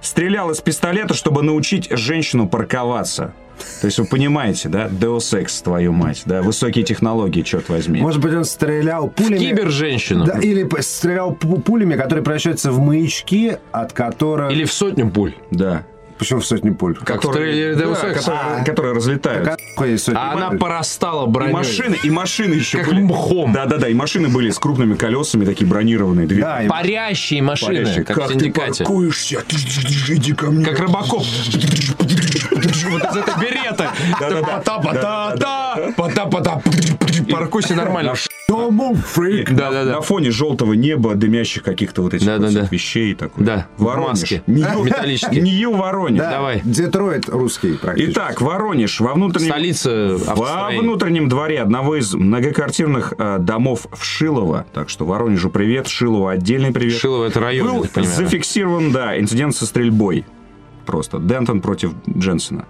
Speaker 2: стрелял из пистолета, чтобы научить женщину парковаться. То есть вы понимаете, да? Deus Ex, твою мать, да? Высокие технологии, черт возьми.
Speaker 3: Может быть, он стрелял пулями...
Speaker 1: Кибер-женщину.
Speaker 3: Да, или п- стрелял пу- пулями, которые превращаются в маячки, от которых...
Speaker 1: Или в сотню пуль.
Speaker 2: Да.
Speaker 3: Почему в сотни пуль?
Speaker 1: Как в трейлере А, Deus
Speaker 2: Да,
Speaker 1: Ex.
Speaker 2: которые,
Speaker 3: А.
Speaker 2: которые разлетаются.
Speaker 3: Как есть сотни
Speaker 1: А она
Speaker 3: пуль?
Speaker 1: порастала броней.
Speaker 2: И машины, и машины еще
Speaker 1: Как
Speaker 2: были.
Speaker 1: мхом.
Speaker 2: Да, да, да. И машины были с крупными колесами, такие бронированные. Две.
Speaker 3: Да, и-
Speaker 1: Парящие машины,
Speaker 2: Парящие.
Speaker 1: как, в «Синдикате».
Speaker 4: Куешься, иди ко мне.
Speaker 1: Как Робокоп. Вот из этой береты. Та-па-та-па-та-та. Па-та-па-та. Паркуйся нормально.
Speaker 3: Тому фрик.
Speaker 1: Да-да-да.
Speaker 2: На фоне желтого неба, дымящих каких-то вот этих
Speaker 1: Да,
Speaker 2: вот
Speaker 1: да,
Speaker 2: всех
Speaker 1: да.
Speaker 2: вещей. Такой.
Speaker 1: Да, в
Speaker 2: Воронеж.
Speaker 1: маске.
Speaker 2: Нью-
Speaker 1: Металлические.
Speaker 2: Нью Воронеж.
Speaker 3: Да,
Speaker 1: Давай.
Speaker 3: Детройт русский практически.
Speaker 2: Итак, Воронеж во внутреннем...
Speaker 1: Столица
Speaker 2: Во
Speaker 1: Австралии.
Speaker 2: внутреннем дворе одного из многоквартирных э, домов в Шилово, так что Воронежу привет, Шилово отдельный привет.
Speaker 1: Шилово это район, я
Speaker 2: Был
Speaker 1: так понимаю.
Speaker 2: зафиксирован, да, инцидент со стрельбой. Просто Дентон против Дженсона.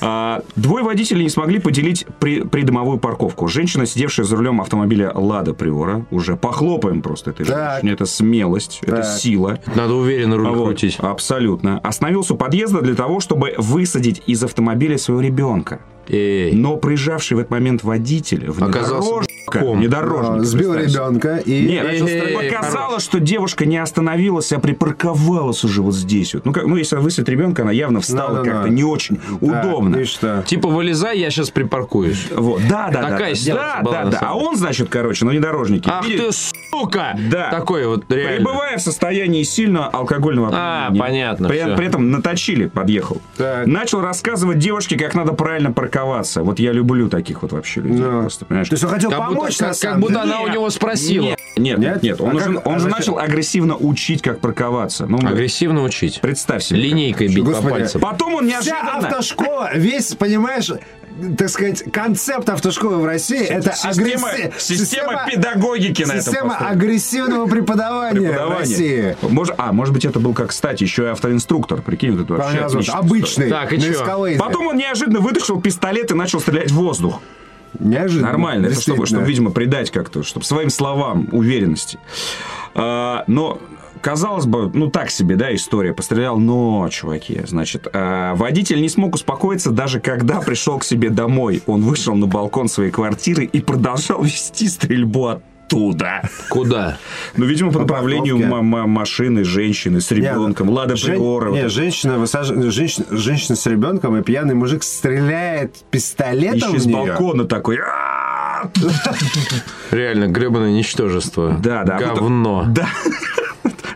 Speaker 2: А, двое водителей не смогли поделить при- придомовую парковку. Женщина, сидевшая за рулем автомобиля Лада Приора, уже похлопаем просто этой
Speaker 3: Так.
Speaker 2: женщине. Это смелость, это
Speaker 3: Так.
Speaker 2: сила.
Speaker 1: Надо уверенно руль
Speaker 2: Вот,
Speaker 1: крутить.
Speaker 2: абсолютно. Остановился у подъезда для того, чтобы высадить из автомобиля своего ребенка.
Speaker 1: Эй.
Speaker 2: Но проезжавший в этот момент водитель
Speaker 1: Оказался
Speaker 2: внедорожника,
Speaker 1: дураком.
Speaker 2: внедорожник,
Speaker 3: А, Сбил
Speaker 2: представь себе.
Speaker 3: ребенка и...
Speaker 2: Нет,
Speaker 1: начал
Speaker 2: э,
Speaker 1: стрелять.
Speaker 2: показалось, что девушка не остановилась, а припарковалась уже вот здесь. Вот. Ну, как, ну, если она высадит ребенка, она явно встала
Speaker 3: Да-да-да.
Speaker 2: как-то не очень
Speaker 3: Так,
Speaker 2: удобно.
Speaker 3: И что?
Speaker 1: Типа вылезай, я сейчас припаркуюсь.
Speaker 2: Вот. Да, да,
Speaker 1: Такая
Speaker 2: да.
Speaker 1: ситуация
Speaker 2: Да,
Speaker 1: была,
Speaker 2: да,
Speaker 1: на
Speaker 2: да.
Speaker 1: самом
Speaker 2: А он, значит, короче, на внедорожнике.
Speaker 1: Ах
Speaker 2: видит-
Speaker 1: ты, сука!
Speaker 2: Да.
Speaker 1: Такой вот реально.
Speaker 2: Пребывая в состоянии сильно алкогольного
Speaker 1: А,
Speaker 2: опьянения.
Speaker 1: понятно, всё.
Speaker 2: При, при этом наточили, подъехал.
Speaker 3: Так.
Speaker 2: Начал рассказывать девушке, как надо правильно парковаться. Вот я люблю таких вот вообще людей.
Speaker 3: Ну.
Speaker 2: Типа, Просто, понимаешь?
Speaker 3: То есть он хотел
Speaker 1: Как будто,
Speaker 3: помочь, на
Speaker 1: как- как
Speaker 3: самом
Speaker 1: будто
Speaker 3: деле.
Speaker 1: она у него спросила.
Speaker 2: Нет, нет,
Speaker 3: Нет?
Speaker 2: нет. Он
Speaker 3: А
Speaker 2: же,
Speaker 3: как-
Speaker 2: он
Speaker 3: а
Speaker 2: же
Speaker 3: зачем?
Speaker 2: начал агрессивно учить, как парковаться. Ну, он говорит,
Speaker 1: Агрессивно учить.
Speaker 2: представь себе.
Speaker 1: Линейкой бить по
Speaker 3: Господи.
Speaker 1: пальцам.
Speaker 2: Потом он
Speaker 3: Вся
Speaker 2: неожиданно...
Speaker 3: автошкола, весь, понимаешь, так сказать, концепт автошколы в России это
Speaker 2: Система,
Speaker 3: агресси-
Speaker 2: система педагогики на этом
Speaker 3: Система
Speaker 2: построена.
Speaker 3: агрессивного преподавания, в России.
Speaker 2: Мож- а, может быть, это был, как, кстати, еще и автоинструктор. Прикинь, вот это вообще
Speaker 3: Понятно,
Speaker 2: отлично.
Speaker 3: Обычный.
Speaker 1: Так, и
Speaker 3: на
Speaker 1: чё?
Speaker 3: эскалейде.
Speaker 2: Потом он неожиданно вытащил пистолет и начал стрелять в воздух.
Speaker 3: Неожиданно.
Speaker 2: Нормально, это чтобы,
Speaker 3: действительно.
Speaker 2: чтобы, видимо, придать как-то, чтобы своим словам уверенности. А, но казалось бы, ну так себе, да, история. Пострелял, но, чуваки, значит, а, водитель не смог успокоиться даже когда пришел к себе домой. Он вышел на балкон своей квартиры и продолжал вести стрельбу оттуда.
Speaker 1: Куда?
Speaker 2: Ну, видимо, по направлению
Speaker 3: парковке.
Speaker 2: м- м- машины, женщины с
Speaker 3: Не, ну,
Speaker 2: ребенком. Лада
Speaker 3: жен-
Speaker 2: Приора. вот
Speaker 3: не,
Speaker 2: это.
Speaker 3: женщина, высаж- женщина, женщина с ребенком, и пьяный мужик стреляет пистолетом
Speaker 2: Еще с
Speaker 3: в неё.
Speaker 2: балкона такой. А, «А-а-а!»
Speaker 1: Реально, гребаное ничтожество.
Speaker 2: Да, А да.
Speaker 1: Говно.
Speaker 2: Да.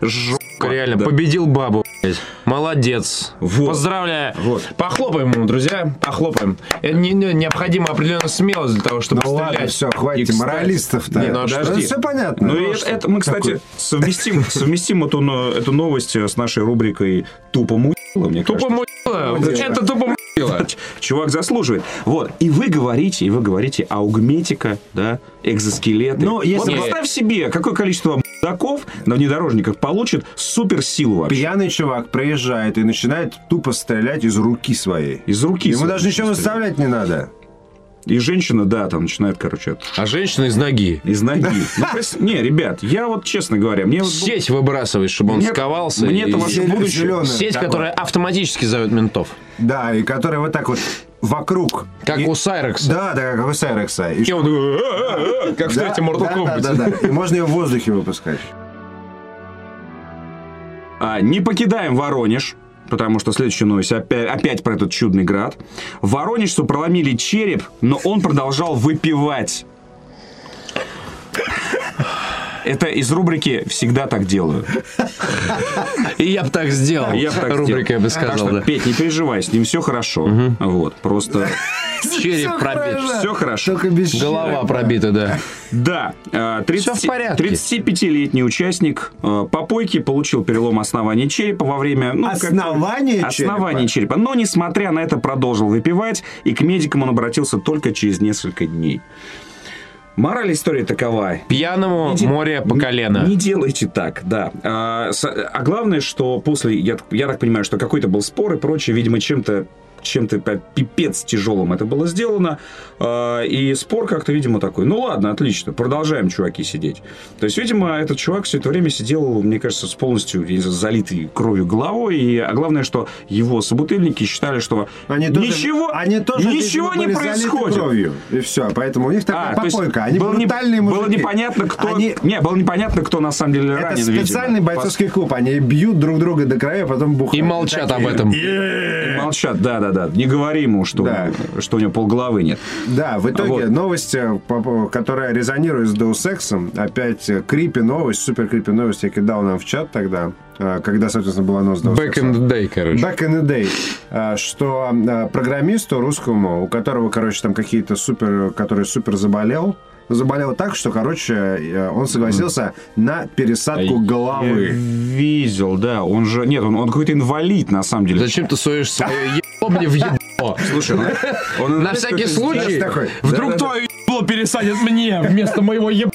Speaker 2: Жопа.
Speaker 1: Реально,
Speaker 2: Да.
Speaker 1: победил бабу, блядь. Молодец.
Speaker 2: Вот.
Speaker 1: Поздравляю.
Speaker 2: Вот.
Speaker 1: Похлопаем ему, друзья. Похлопаем. Это не, не- необходимо определенная смелость для того, чтобы
Speaker 3: Ну
Speaker 1: стрелять.
Speaker 3: ладно, все, хватит моралистов-то.
Speaker 1: Не, ну, а
Speaker 3: Да,
Speaker 1: подожди.
Speaker 3: всё понятно.
Speaker 2: Ну, и это,
Speaker 3: что
Speaker 2: это мы, кстати,
Speaker 3: такое?
Speaker 2: совместим, совместим эту, но- эту новость с нашей рубрикой «Тупо мудила», мне
Speaker 1: Тупо
Speaker 2: кажется.
Speaker 1: мудила. Это тупо мудила.
Speaker 2: Чувак заслуживает. Вот. И вы говорите, и вы говорите аугметика, да, экзоскелеты.
Speaker 3: Ну,
Speaker 2: вот
Speaker 3: если
Speaker 1: бы-
Speaker 2: представь себе, какое количество мудаков на внедорожниках получит суперсилу вообще.
Speaker 3: Пьяный чувак проезжает и начинает тупо стрелять из руки своей.
Speaker 2: Из руки.
Speaker 3: Ему
Speaker 2: своей
Speaker 3: даже ничего
Speaker 2: стрелять.
Speaker 3: выставлять не надо.
Speaker 2: И женщина, да, там начинает, короче, от-
Speaker 1: А женщина из ноги.
Speaker 2: из ноги. Ну, то есть, не, ребят, я вот, честно говоря, мне вот было-
Speaker 1: Ну, Сеть выбрасывает, чтобы он
Speaker 2: Мне-
Speaker 1: сковался.
Speaker 2: мне это вообще
Speaker 1: Сеть,
Speaker 2: будущее.
Speaker 3: зелёный
Speaker 1: сеть,
Speaker 3: такой.
Speaker 1: которая автоматически зовет ментов.
Speaker 3: Да, и который вот так вот вокруг.
Speaker 1: Как
Speaker 3: И-
Speaker 1: у Сайрекса.
Speaker 3: Да, да, как у Сайрекса. И
Speaker 1: И он «Э, такой, «А-а-а», э, как в
Speaker 3: Да,
Speaker 1: третьем Mortal
Speaker 3: да,
Speaker 1: Kombat.
Speaker 3: Да, да, да. И можно ее в воздухе выпускать.
Speaker 2: А, не покидаем Воронеж, потому что следующая новость опять, опять про этот чудный град. Воронежцу проломили череп, но он продолжал выпивать. Это из рубрики «Всегда так делаю».
Speaker 1: И я бы так сделал.
Speaker 2: А Я б так
Speaker 1: Рубрика, я
Speaker 2: сделал. А
Speaker 1: бы
Speaker 2: Так
Speaker 1: сказал,
Speaker 2: что,
Speaker 1: да.
Speaker 2: Петь, не переживай, с ним все хорошо. Вот, просто...
Speaker 1: Череп пробит.
Speaker 2: Все хорошо.
Speaker 3: Только без
Speaker 1: Голова пробита, да.
Speaker 2: Да, э, 30
Speaker 1: Всё в порядке.
Speaker 2: 35-летний участник э, попойки получил перелом основания черепа во время... ну, как-
Speaker 3: Основание черепа?
Speaker 2: Основание черепа. Но, несмотря на это, продолжил выпивать, и к медикам он обратился только через несколько дней. Мораль истории такова.
Speaker 1: Пьяному
Speaker 2: Не де-
Speaker 1: море по
Speaker 2: не-
Speaker 1: колено.
Speaker 2: Не делайте так, да. А, с- а главное, что после, я, так- я так понимаю, что какой-то был спор и прочее, видимо, чем-то чем-то прям пипец тяжелым это было сделано. А, И спор как-то, видимо, такой. Ну ладно, отлично, продолжаем, чуваки, сидеть. То есть, видимо, этот чувак все это время сидел, мне кажется, с полностью я не знаю, залитой кровью головой. И, а главное, что его собутыльники считали, что
Speaker 3: Они тоже,
Speaker 2: ничего,
Speaker 3: они тоже
Speaker 2: ничего
Speaker 3: видимо,
Speaker 2: не
Speaker 3: были залиты
Speaker 2: происходит.
Speaker 3: Кровью, и все, поэтому у них такая
Speaker 2: А, то есть
Speaker 3: попойка. Они
Speaker 2: было не-
Speaker 3: брутальные мужики.
Speaker 2: Было непонятно, кто...
Speaker 3: Они-
Speaker 2: Не, было непонятно, кто на самом деле
Speaker 3: Это
Speaker 2: ранен, видимо.
Speaker 3: специальный
Speaker 2: Пос-
Speaker 3: бойцовский клуб. Они бьют друг друга до крови, а потом бухают.
Speaker 1: И молчат об этом.
Speaker 2: И Молчат, да-да-да. Не говори ему, что,
Speaker 3: Да.
Speaker 2: что у него полголовы нет.
Speaker 3: Да, в итоге
Speaker 2: Вот.
Speaker 3: новость, э, по- по- которая резонирует с Deus Ex, опять э, крипи новость, супер крипи новость я кидал нам в чат тогда, э, когда, соответственно, была новость Deus
Speaker 1: Back in
Speaker 3: Ex'а.
Speaker 1: the day, короче.
Speaker 3: Back in the day, э, что э, программисту русскому, у которого, короче, там какие-то супер, который супер заболел, заболел так, что, короче, э, он согласился на пересадку
Speaker 2: Я
Speaker 3: А головы.
Speaker 2: видел, да. Он же... Нет, он, он какой-то инвалид, на самом деле.
Speaker 1: Зачем ты суешь свое ебло мне в ебло?
Speaker 2: Слушай, он- он
Speaker 1: На
Speaker 2: инвалид
Speaker 1: всякий
Speaker 2: какой-то.
Speaker 1: случай,
Speaker 3: такой.
Speaker 1: вдруг твое ебло пересадят мне вместо моего ебла.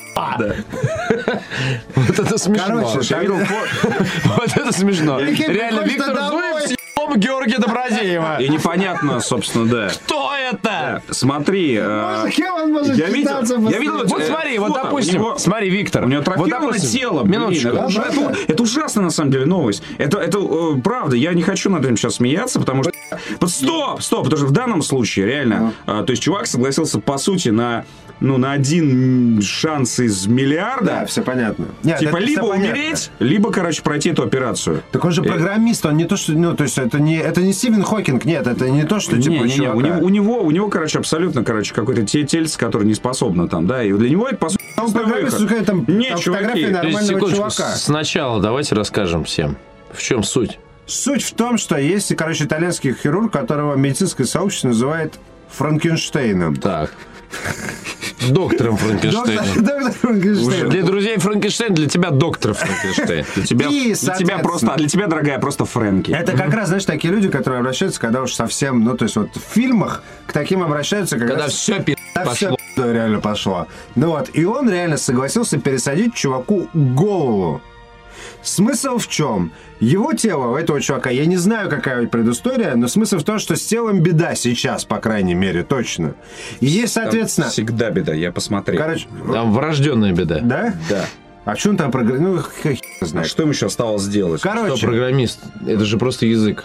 Speaker 1: Вот это смешно.
Speaker 3: Короче,
Speaker 2: Я
Speaker 3: там-
Speaker 2: видел фо-
Speaker 1: Вот это смешно.
Speaker 3: Прикинь,
Speaker 1: Реально,
Speaker 3: приходишь
Speaker 1: Виктор
Speaker 3: ты домой.
Speaker 1: Зуев с еблом Георгия Добродеева.
Speaker 2: И непонятно, собственно, да.
Speaker 1: Кто это?
Speaker 2: Смотри, э,
Speaker 3: Боже, кем он может
Speaker 2: я видел-
Speaker 3: считаться,
Speaker 2: я
Speaker 3: быстрее?
Speaker 2: видел
Speaker 1: Вот
Speaker 2: Э,
Speaker 1: смотри, вот
Speaker 2: фото,
Speaker 1: допустим,
Speaker 2: у него-
Speaker 1: смотри, Виктор.
Speaker 2: У него
Speaker 1: вот
Speaker 2: трофировано
Speaker 1: допустим,
Speaker 2: тело. блин,
Speaker 1: Минуточку.
Speaker 2: это, уж- это- это ужасно, на самом деле, новость. Это, это э, правда. Я не хочу над этим сейчас смеяться, потому что... Вот Стоп, стоп. Потому что в данном случае, реально, а, то есть чувак согласился, по сути, на, ну, на один м, шанс из
Speaker 3: Да,
Speaker 2: миллиарда.
Speaker 3: все понятно. Нет,
Speaker 2: типа,
Speaker 3: это всё
Speaker 2: либо
Speaker 3: понятно.
Speaker 2: умереть, Э. либо, короче, пройти эту операцию.
Speaker 3: Так он же программист, он не то, что... Ну, то есть это не, это не Стивен Хокинг, нет, это не то, что
Speaker 2: Не,
Speaker 3: типа
Speaker 2: не, не, у,
Speaker 3: чувака.
Speaker 2: него, у него, у него, короче, абсолютно, короче, какой-то те- тельце, которое не способно там, да, и для него это, по сути,
Speaker 3: А он
Speaker 2: просто
Speaker 3: программист,
Speaker 2: выход.
Speaker 3: какая там,
Speaker 2: Не,
Speaker 3: там
Speaker 2: чуваки,
Speaker 3: фотография
Speaker 2: то
Speaker 1: Подожди,
Speaker 3: нормального
Speaker 1: секундочку,
Speaker 3: чувака.
Speaker 1: Сначала давайте расскажем всем, в чем суть.
Speaker 3: Суть в том, что есть, короче, итальянский хирург, которого медицинское сообщество называет Франкенштейном.
Speaker 1: Так. Доктором
Speaker 3: Доктор,
Speaker 1: Франкенштейном.
Speaker 3: доктор Франкенштейн.
Speaker 1: Для друзей Франкенштейн, для тебя доктор Франкенштейн.
Speaker 2: Для тебя,
Speaker 3: И,
Speaker 2: для тебя
Speaker 3: соответственно.
Speaker 2: просто, для тебя, дорогая, просто Фрэнки.
Speaker 3: Это как раз, знаешь, такие люди, которые обращаются, когда уж совсем, ну, то есть вот в фильмах к таким обращаются, когда,
Speaker 1: Когда все пи***.
Speaker 3: Да
Speaker 1: пошло.
Speaker 3: всё реально пошло. Ну вот, и он реально согласился пересадить чуваку голову. Смысл в чем? Его тело у этого чувака, я не знаю, какая предыстория, но смысл в том, что с телом беда сейчас, по крайней мере, точно. И есть, соответственно...
Speaker 2: Всегда беда, я посмотрел.
Speaker 3: Короче,
Speaker 1: Там врожденная беда.
Speaker 3: да?
Speaker 2: да.
Speaker 3: А что он там про... Ну, хер
Speaker 2: А
Speaker 3: знает.
Speaker 2: что им еще оставалось делать?
Speaker 1: Кто
Speaker 3: Короче,
Speaker 1: программист? Это же просто язык.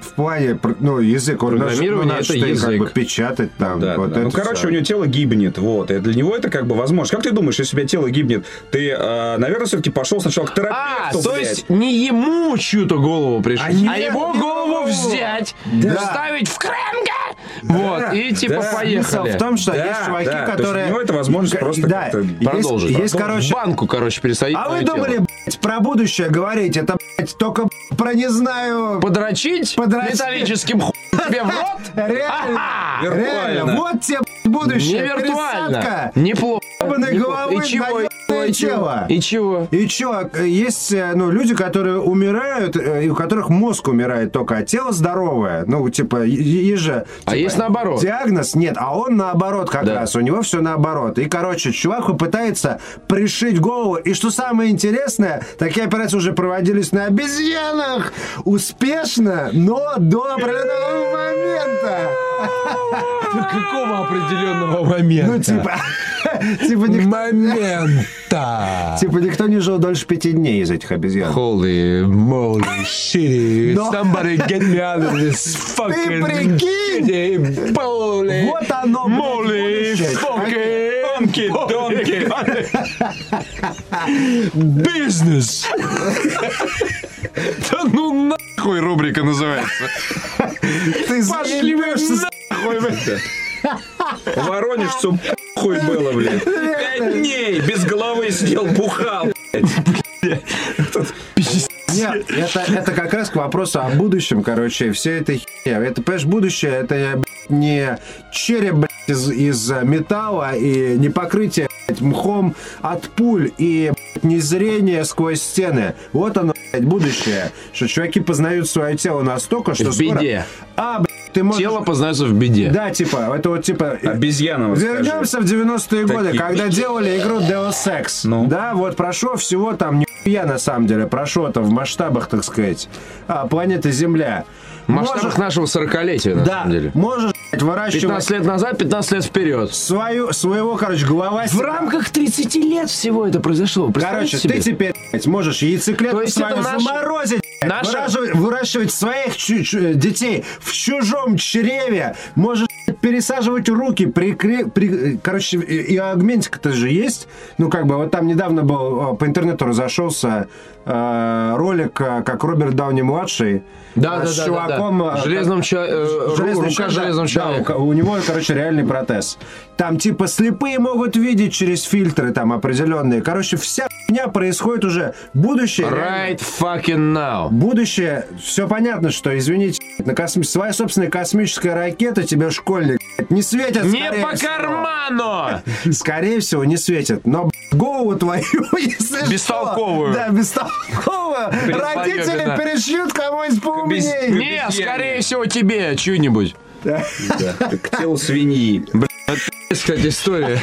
Speaker 3: в плане, пр- ну, язык, он даже, ну,
Speaker 1: Программирование
Speaker 3: надо
Speaker 1: это
Speaker 3: что-то как
Speaker 1: язык.
Speaker 3: бы печатать там,
Speaker 2: Да,
Speaker 3: вот
Speaker 2: да.
Speaker 3: это
Speaker 2: ну, короче,
Speaker 3: всё.
Speaker 2: у него тело гибнет, вот. И для него это как бы возможно. Как ты думаешь, если у тебя тело гибнет, ты, э, наверное, все-таки пошел сначала к терапевту,
Speaker 1: А, то
Speaker 2: блядь.
Speaker 1: есть не ему чью-то голову пришить,
Speaker 3: А не
Speaker 1: а, его
Speaker 3: его.
Speaker 1: голову взять, вставить в кренга, вот, и типа
Speaker 2: Да.
Speaker 3: Смысл
Speaker 1: поехали.
Speaker 3: в том, что
Speaker 2: Да,
Speaker 3: есть чуваки,
Speaker 2: да, то есть
Speaker 3: которые...
Speaker 2: у него это возможность
Speaker 3: Г-
Speaker 2: просто
Speaker 3: да,
Speaker 2: как-то
Speaker 3: есть-
Speaker 1: Продолжить.
Speaker 3: Есть, короче...
Speaker 1: Банку, короче, пересадить.
Speaker 3: А
Speaker 1: на
Speaker 3: вы
Speaker 1: её тело.
Speaker 3: думали, блядь, про будущее говорить? Это, блядь, только, блядь, про не знаю...
Speaker 1: Подрочить,
Speaker 3: Подрочить.
Speaker 1: металлическим хуем тебе в рот?
Speaker 3: Реально,
Speaker 1: Ха!
Speaker 3: реально.
Speaker 2: Виртуально.
Speaker 3: Вот тебе, блядь, будущее.
Speaker 1: Не виртуально.
Speaker 3: Пересадка.
Speaker 1: Неплохо.
Speaker 3: Ебаной головы
Speaker 1: И чего?
Speaker 3: на ёбаное
Speaker 1: И чего?
Speaker 3: тело.
Speaker 1: И чего?
Speaker 3: И чё, э, есть э, ну, люди, которые умирают, э, и у которых мозг умирает только, а тело здоровое. Ну, типа, и- и и же...
Speaker 1: А
Speaker 3: типа,
Speaker 1: есть наоборот.
Speaker 3: Диагноз нет, а он наоборот как
Speaker 1: Да.
Speaker 3: раз. У него все наоборот. И, короче, чувак пытается пришить голову. И что самое интересное, такие операции уже проводились на обезьянах. Успешно, но до определенного момента.
Speaker 1: Какого определенного момента?
Speaker 3: Ну, типа... Типа никто...
Speaker 1: Момента.
Speaker 3: Типа никто не жил дольше пяти дней из этих обезьян.
Speaker 1: Holy moly shit.
Speaker 3: Но-
Speaker 1: Somebody get me out of this fucking...
Speaker 3: прикинь!
Speaker 1: shitty holy
Speaker 3: Вот оно, блядь,
Speaker 1: moly
Speaker 3: будущее.
Speaker 1: fucking... Донки, Бизнес. Да ну нахуй рубрика называется.
Speaker 3: Ты
Speaker 1: Пошли вы
Speaker 3: заебешься,
Speaker 2: Хуй, блядь. Воронеж, что хуй было, блядь. Пять дней без головы сидел, бухал.
Speaker 3: Нет, это, это как раз к вопросу о будущем, короче, все это херня. Это, понимаешь, будущее, это э, блядь, не череп, блядь, из, из, э, металла и не покрытие, блядь, мхом от пуль и, блядь, не зрение сквозь стены. Вот оно, блядь, будущее, что чуваки познают свое тело настолько, что
Speaker 1: В
Speaker 3: скоро-
Speaker 1: беде.
Speaker 3: А, блядь, ты можешь...
Speaker 1: Тело А познается в беде.
Speaker 3: Да, типа, это вот, типа... э,
Speaker 2: Обезьянам
Speaker 3: Вернемся в 90-е годы,
Speaker 2: Такие.
Speaker 3: когда делали игру Deus Ex.
Speaker 2: Ну.
Speaker 3: Да, вот прошло всего там я на самом деле прошло там в масштабах, так сказать, а, планеты Земля.
Speaker 1: В масштабах
Speaker 3: Можешь-
Speaker 1: нашего 40-летия, на
Speaker 3: да,
Speaker 1: самом деле.
Speaker 3: можешь блядь, выращивать
Speaker 1: 15 лет назад, 15 лет вперед.
Speaker 3: свою, своего, короче, голова.
Speaker 1: В рамках 30 лет всего это произошло.
Speaker 3: Короче,
Speaker 1: Представляете
Speaker 3: ты
Speaker 1: себе?
Speaker 3: теперь блядь, можешь яйцеклетку
Speaker 1: То есть
Speaker 3: свою
Speaker 1: это наша-
Speaker 3: заморозить, блядь,
Speaker 1: наша-
Speaker 3: выращивать, выращивать своих чу- чу- э, детей в чужом чреве, можешь блядь, пересаживать руки, прикре... при- э, короче, и, и агментик-то же есть, ну как бы вот там недавно был э, по интернету разошелся э, ролик, э, как Роберт Дауни младший
Speaker 1: Да,
Speaker 3: э,
Speaker 1: да,
Speaker 3: с
Speaker 1: да, да,
Speaker 3: чуваком,
Speaker 1: да.
Speaker 3: э,
Speaker 1: Железным
Speaker 3: как-
Speaker 1: чел- э, ру-
Speaker 3: железным
Speaker 1: рука
Speaker 3: человеком,
Speaker 1: железного
Speaker 3: да,
Speaker 1: человека.
Speaker 3: у ко- у него, короче, реальный протез. Там, типа, слепые могут видеть через фильтры там определенные. Короче, вся меня происходит уже. Будущее... реально.
Speaker 1: Right fucking now.
Speaker 3: Будущее, все понятно, что, извините, на косм- своя собственная космическая ракета тебе, школьник, не светит.
Speaker 1: Не
Speaker 3: скорее
Speaker 1: по
Speaker 3: всего.
Speaker 1: карману!
Speaker 3: Скорее всего, не светит. Но б***ь, голову твою, если что-
Speaker 1: Бестолковую.
Speaker 3: да, бестолковую. Родители
Speaker 1: беда.
Speaker 3: перешьют кого-нибудь поумнее.
Speaker 1: Не, скорее всего, тебе чью-нибудь.
Speaker 2: К телу свиньи.
Speaker 1: Есть, кстати, история.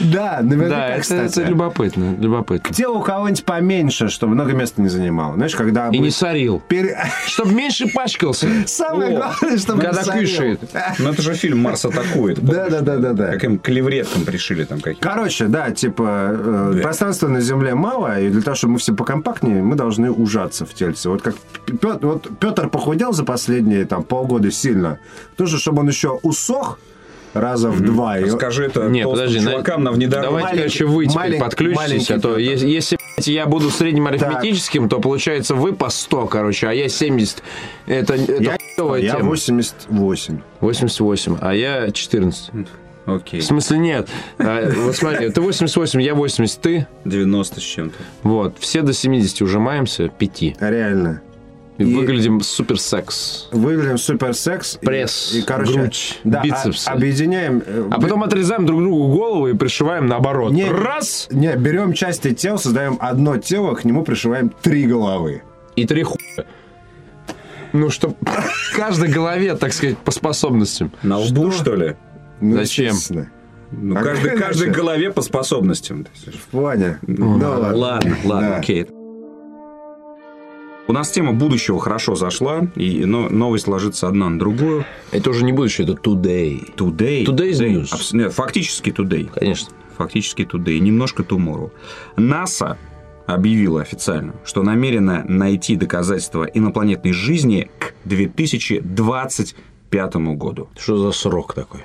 Speaker 3: Да, наверняка,
Speaker 1: Да, это,
Speaker 3: кстати.
Speaker 1: это любопытно, любопытно.
Speaker 3: Тело у кого-нибудь поменьше, чтобы много места не занимало. Знаешь, когда...
Speaker 1: И
Speaker 3: будет
Speaker 1: не сорил.
Speaker 3: пере-
Speaker 1: Чтоб меньше пачкался,
Speaker 3: Самое главное, чтобы... не
Speaker 1: когда
Speaker 3: сорил.
Speaker 1: кушает.
Speaker 2: Ну это же фильм «Марс атакует».
Speaker 3: Да, да, да, да, да.
Speaker 2: Как им к левреткам пришили там какие
Speaker 3: Короче, да, типа, э, пространства на Земле мало, и для того, чтобы мы все покомпактнее, мы должны ужаться в тельце. Вот как Петр, вот Петр похудел за последние там полгода сильно. Тоже, чтобы он еще усох раза в два. и-
Speaker 2: Скажи это
Speaker 1: Не,
Speaker 2: э, толстым
Speaker 1: подожди, на-
Speaker 2: чувакам на внедорожник.
Speaker 1: Давайте,
Speaker 3: Маленький-
Speaker 1: короче, вы теперь
Speaker 3: маленький-
Speaker 1: подключитесь,
Speaker 3: маленький
Speaker 1: а то
Speaker 3: кто-то.
Speaker 1: е- если, блядь, я буду средним арифметическим, то получается вы по 100, короче, а я 70. Это, это
Speaker 3: Я,
Speaker 1: хуёвая
Speaker 3: я
Speaker 1: тема.
Speaker 3: 88.
Speaker 1: 88, а я 14.
Speaker 2: Ну, Окей.
Speaker 1: В смысле, нет. А, вот смотри, ты 88, я 80, ты.
Speaker 2: 90 с чем-то.
Speaker 1: Вот, все до 70 ужимаемся, 5. И,
Speaker 3: Реально.
Speaker 1: выглядим супер секс.
Speaker 3: Выглядим супер секс. и-
Speaker 1: Пресс,
Speaker 3: И, короче,
Speaker 1: грудь,
Speaker 3: да, а-
Speaker 1: бицепсы.
Speaker 3: объединяем. э,
Speaker 1: А потом отрезаем друг другу голову и пришиваем наоборот.
Speaker 3: Не.
Speaker 1: Раз!
Speaker 3: Не, берем части тел, создаем одно тело, к нему пришиваем три головы.
Speaker 1: И три хуя. Ну, чтоб каждой голове, так сказать, по способностям.
Speaker 2: На лбу, что ли?
Speaker 3: Ну,
Speaker 1: Зачем?
Speaker 3: естественно.
Speaker 2: Ну,
Speaker 3: А
Speaker 2: каждый,
Speaker 3: как
Speaker 2: каждой
Speaker 3: иначе?
Speaker 2: голове по способностям.
Speaker 3: В плане. Ну
Speaker 2: Ладно, ладно,
Speaker 3: Да.
Speaker 2: окей. У нас тема будущего хорошо зашла, и но- новость ложится одна на другую.
Speaker 1: Это уже не будущее, это today.
Speaker 2: Today.
Speaker 1: Today's news.
Speaker 2: Абс- нет, фактически today.
Speaker 1: Конечно.
Speaker 2: Фактически today. Немножко tomorrow. НАСА объявила официально, что намерена найти доказательства инопланетной жизни к 2025 году.
Speaker 1: Что за срок такой?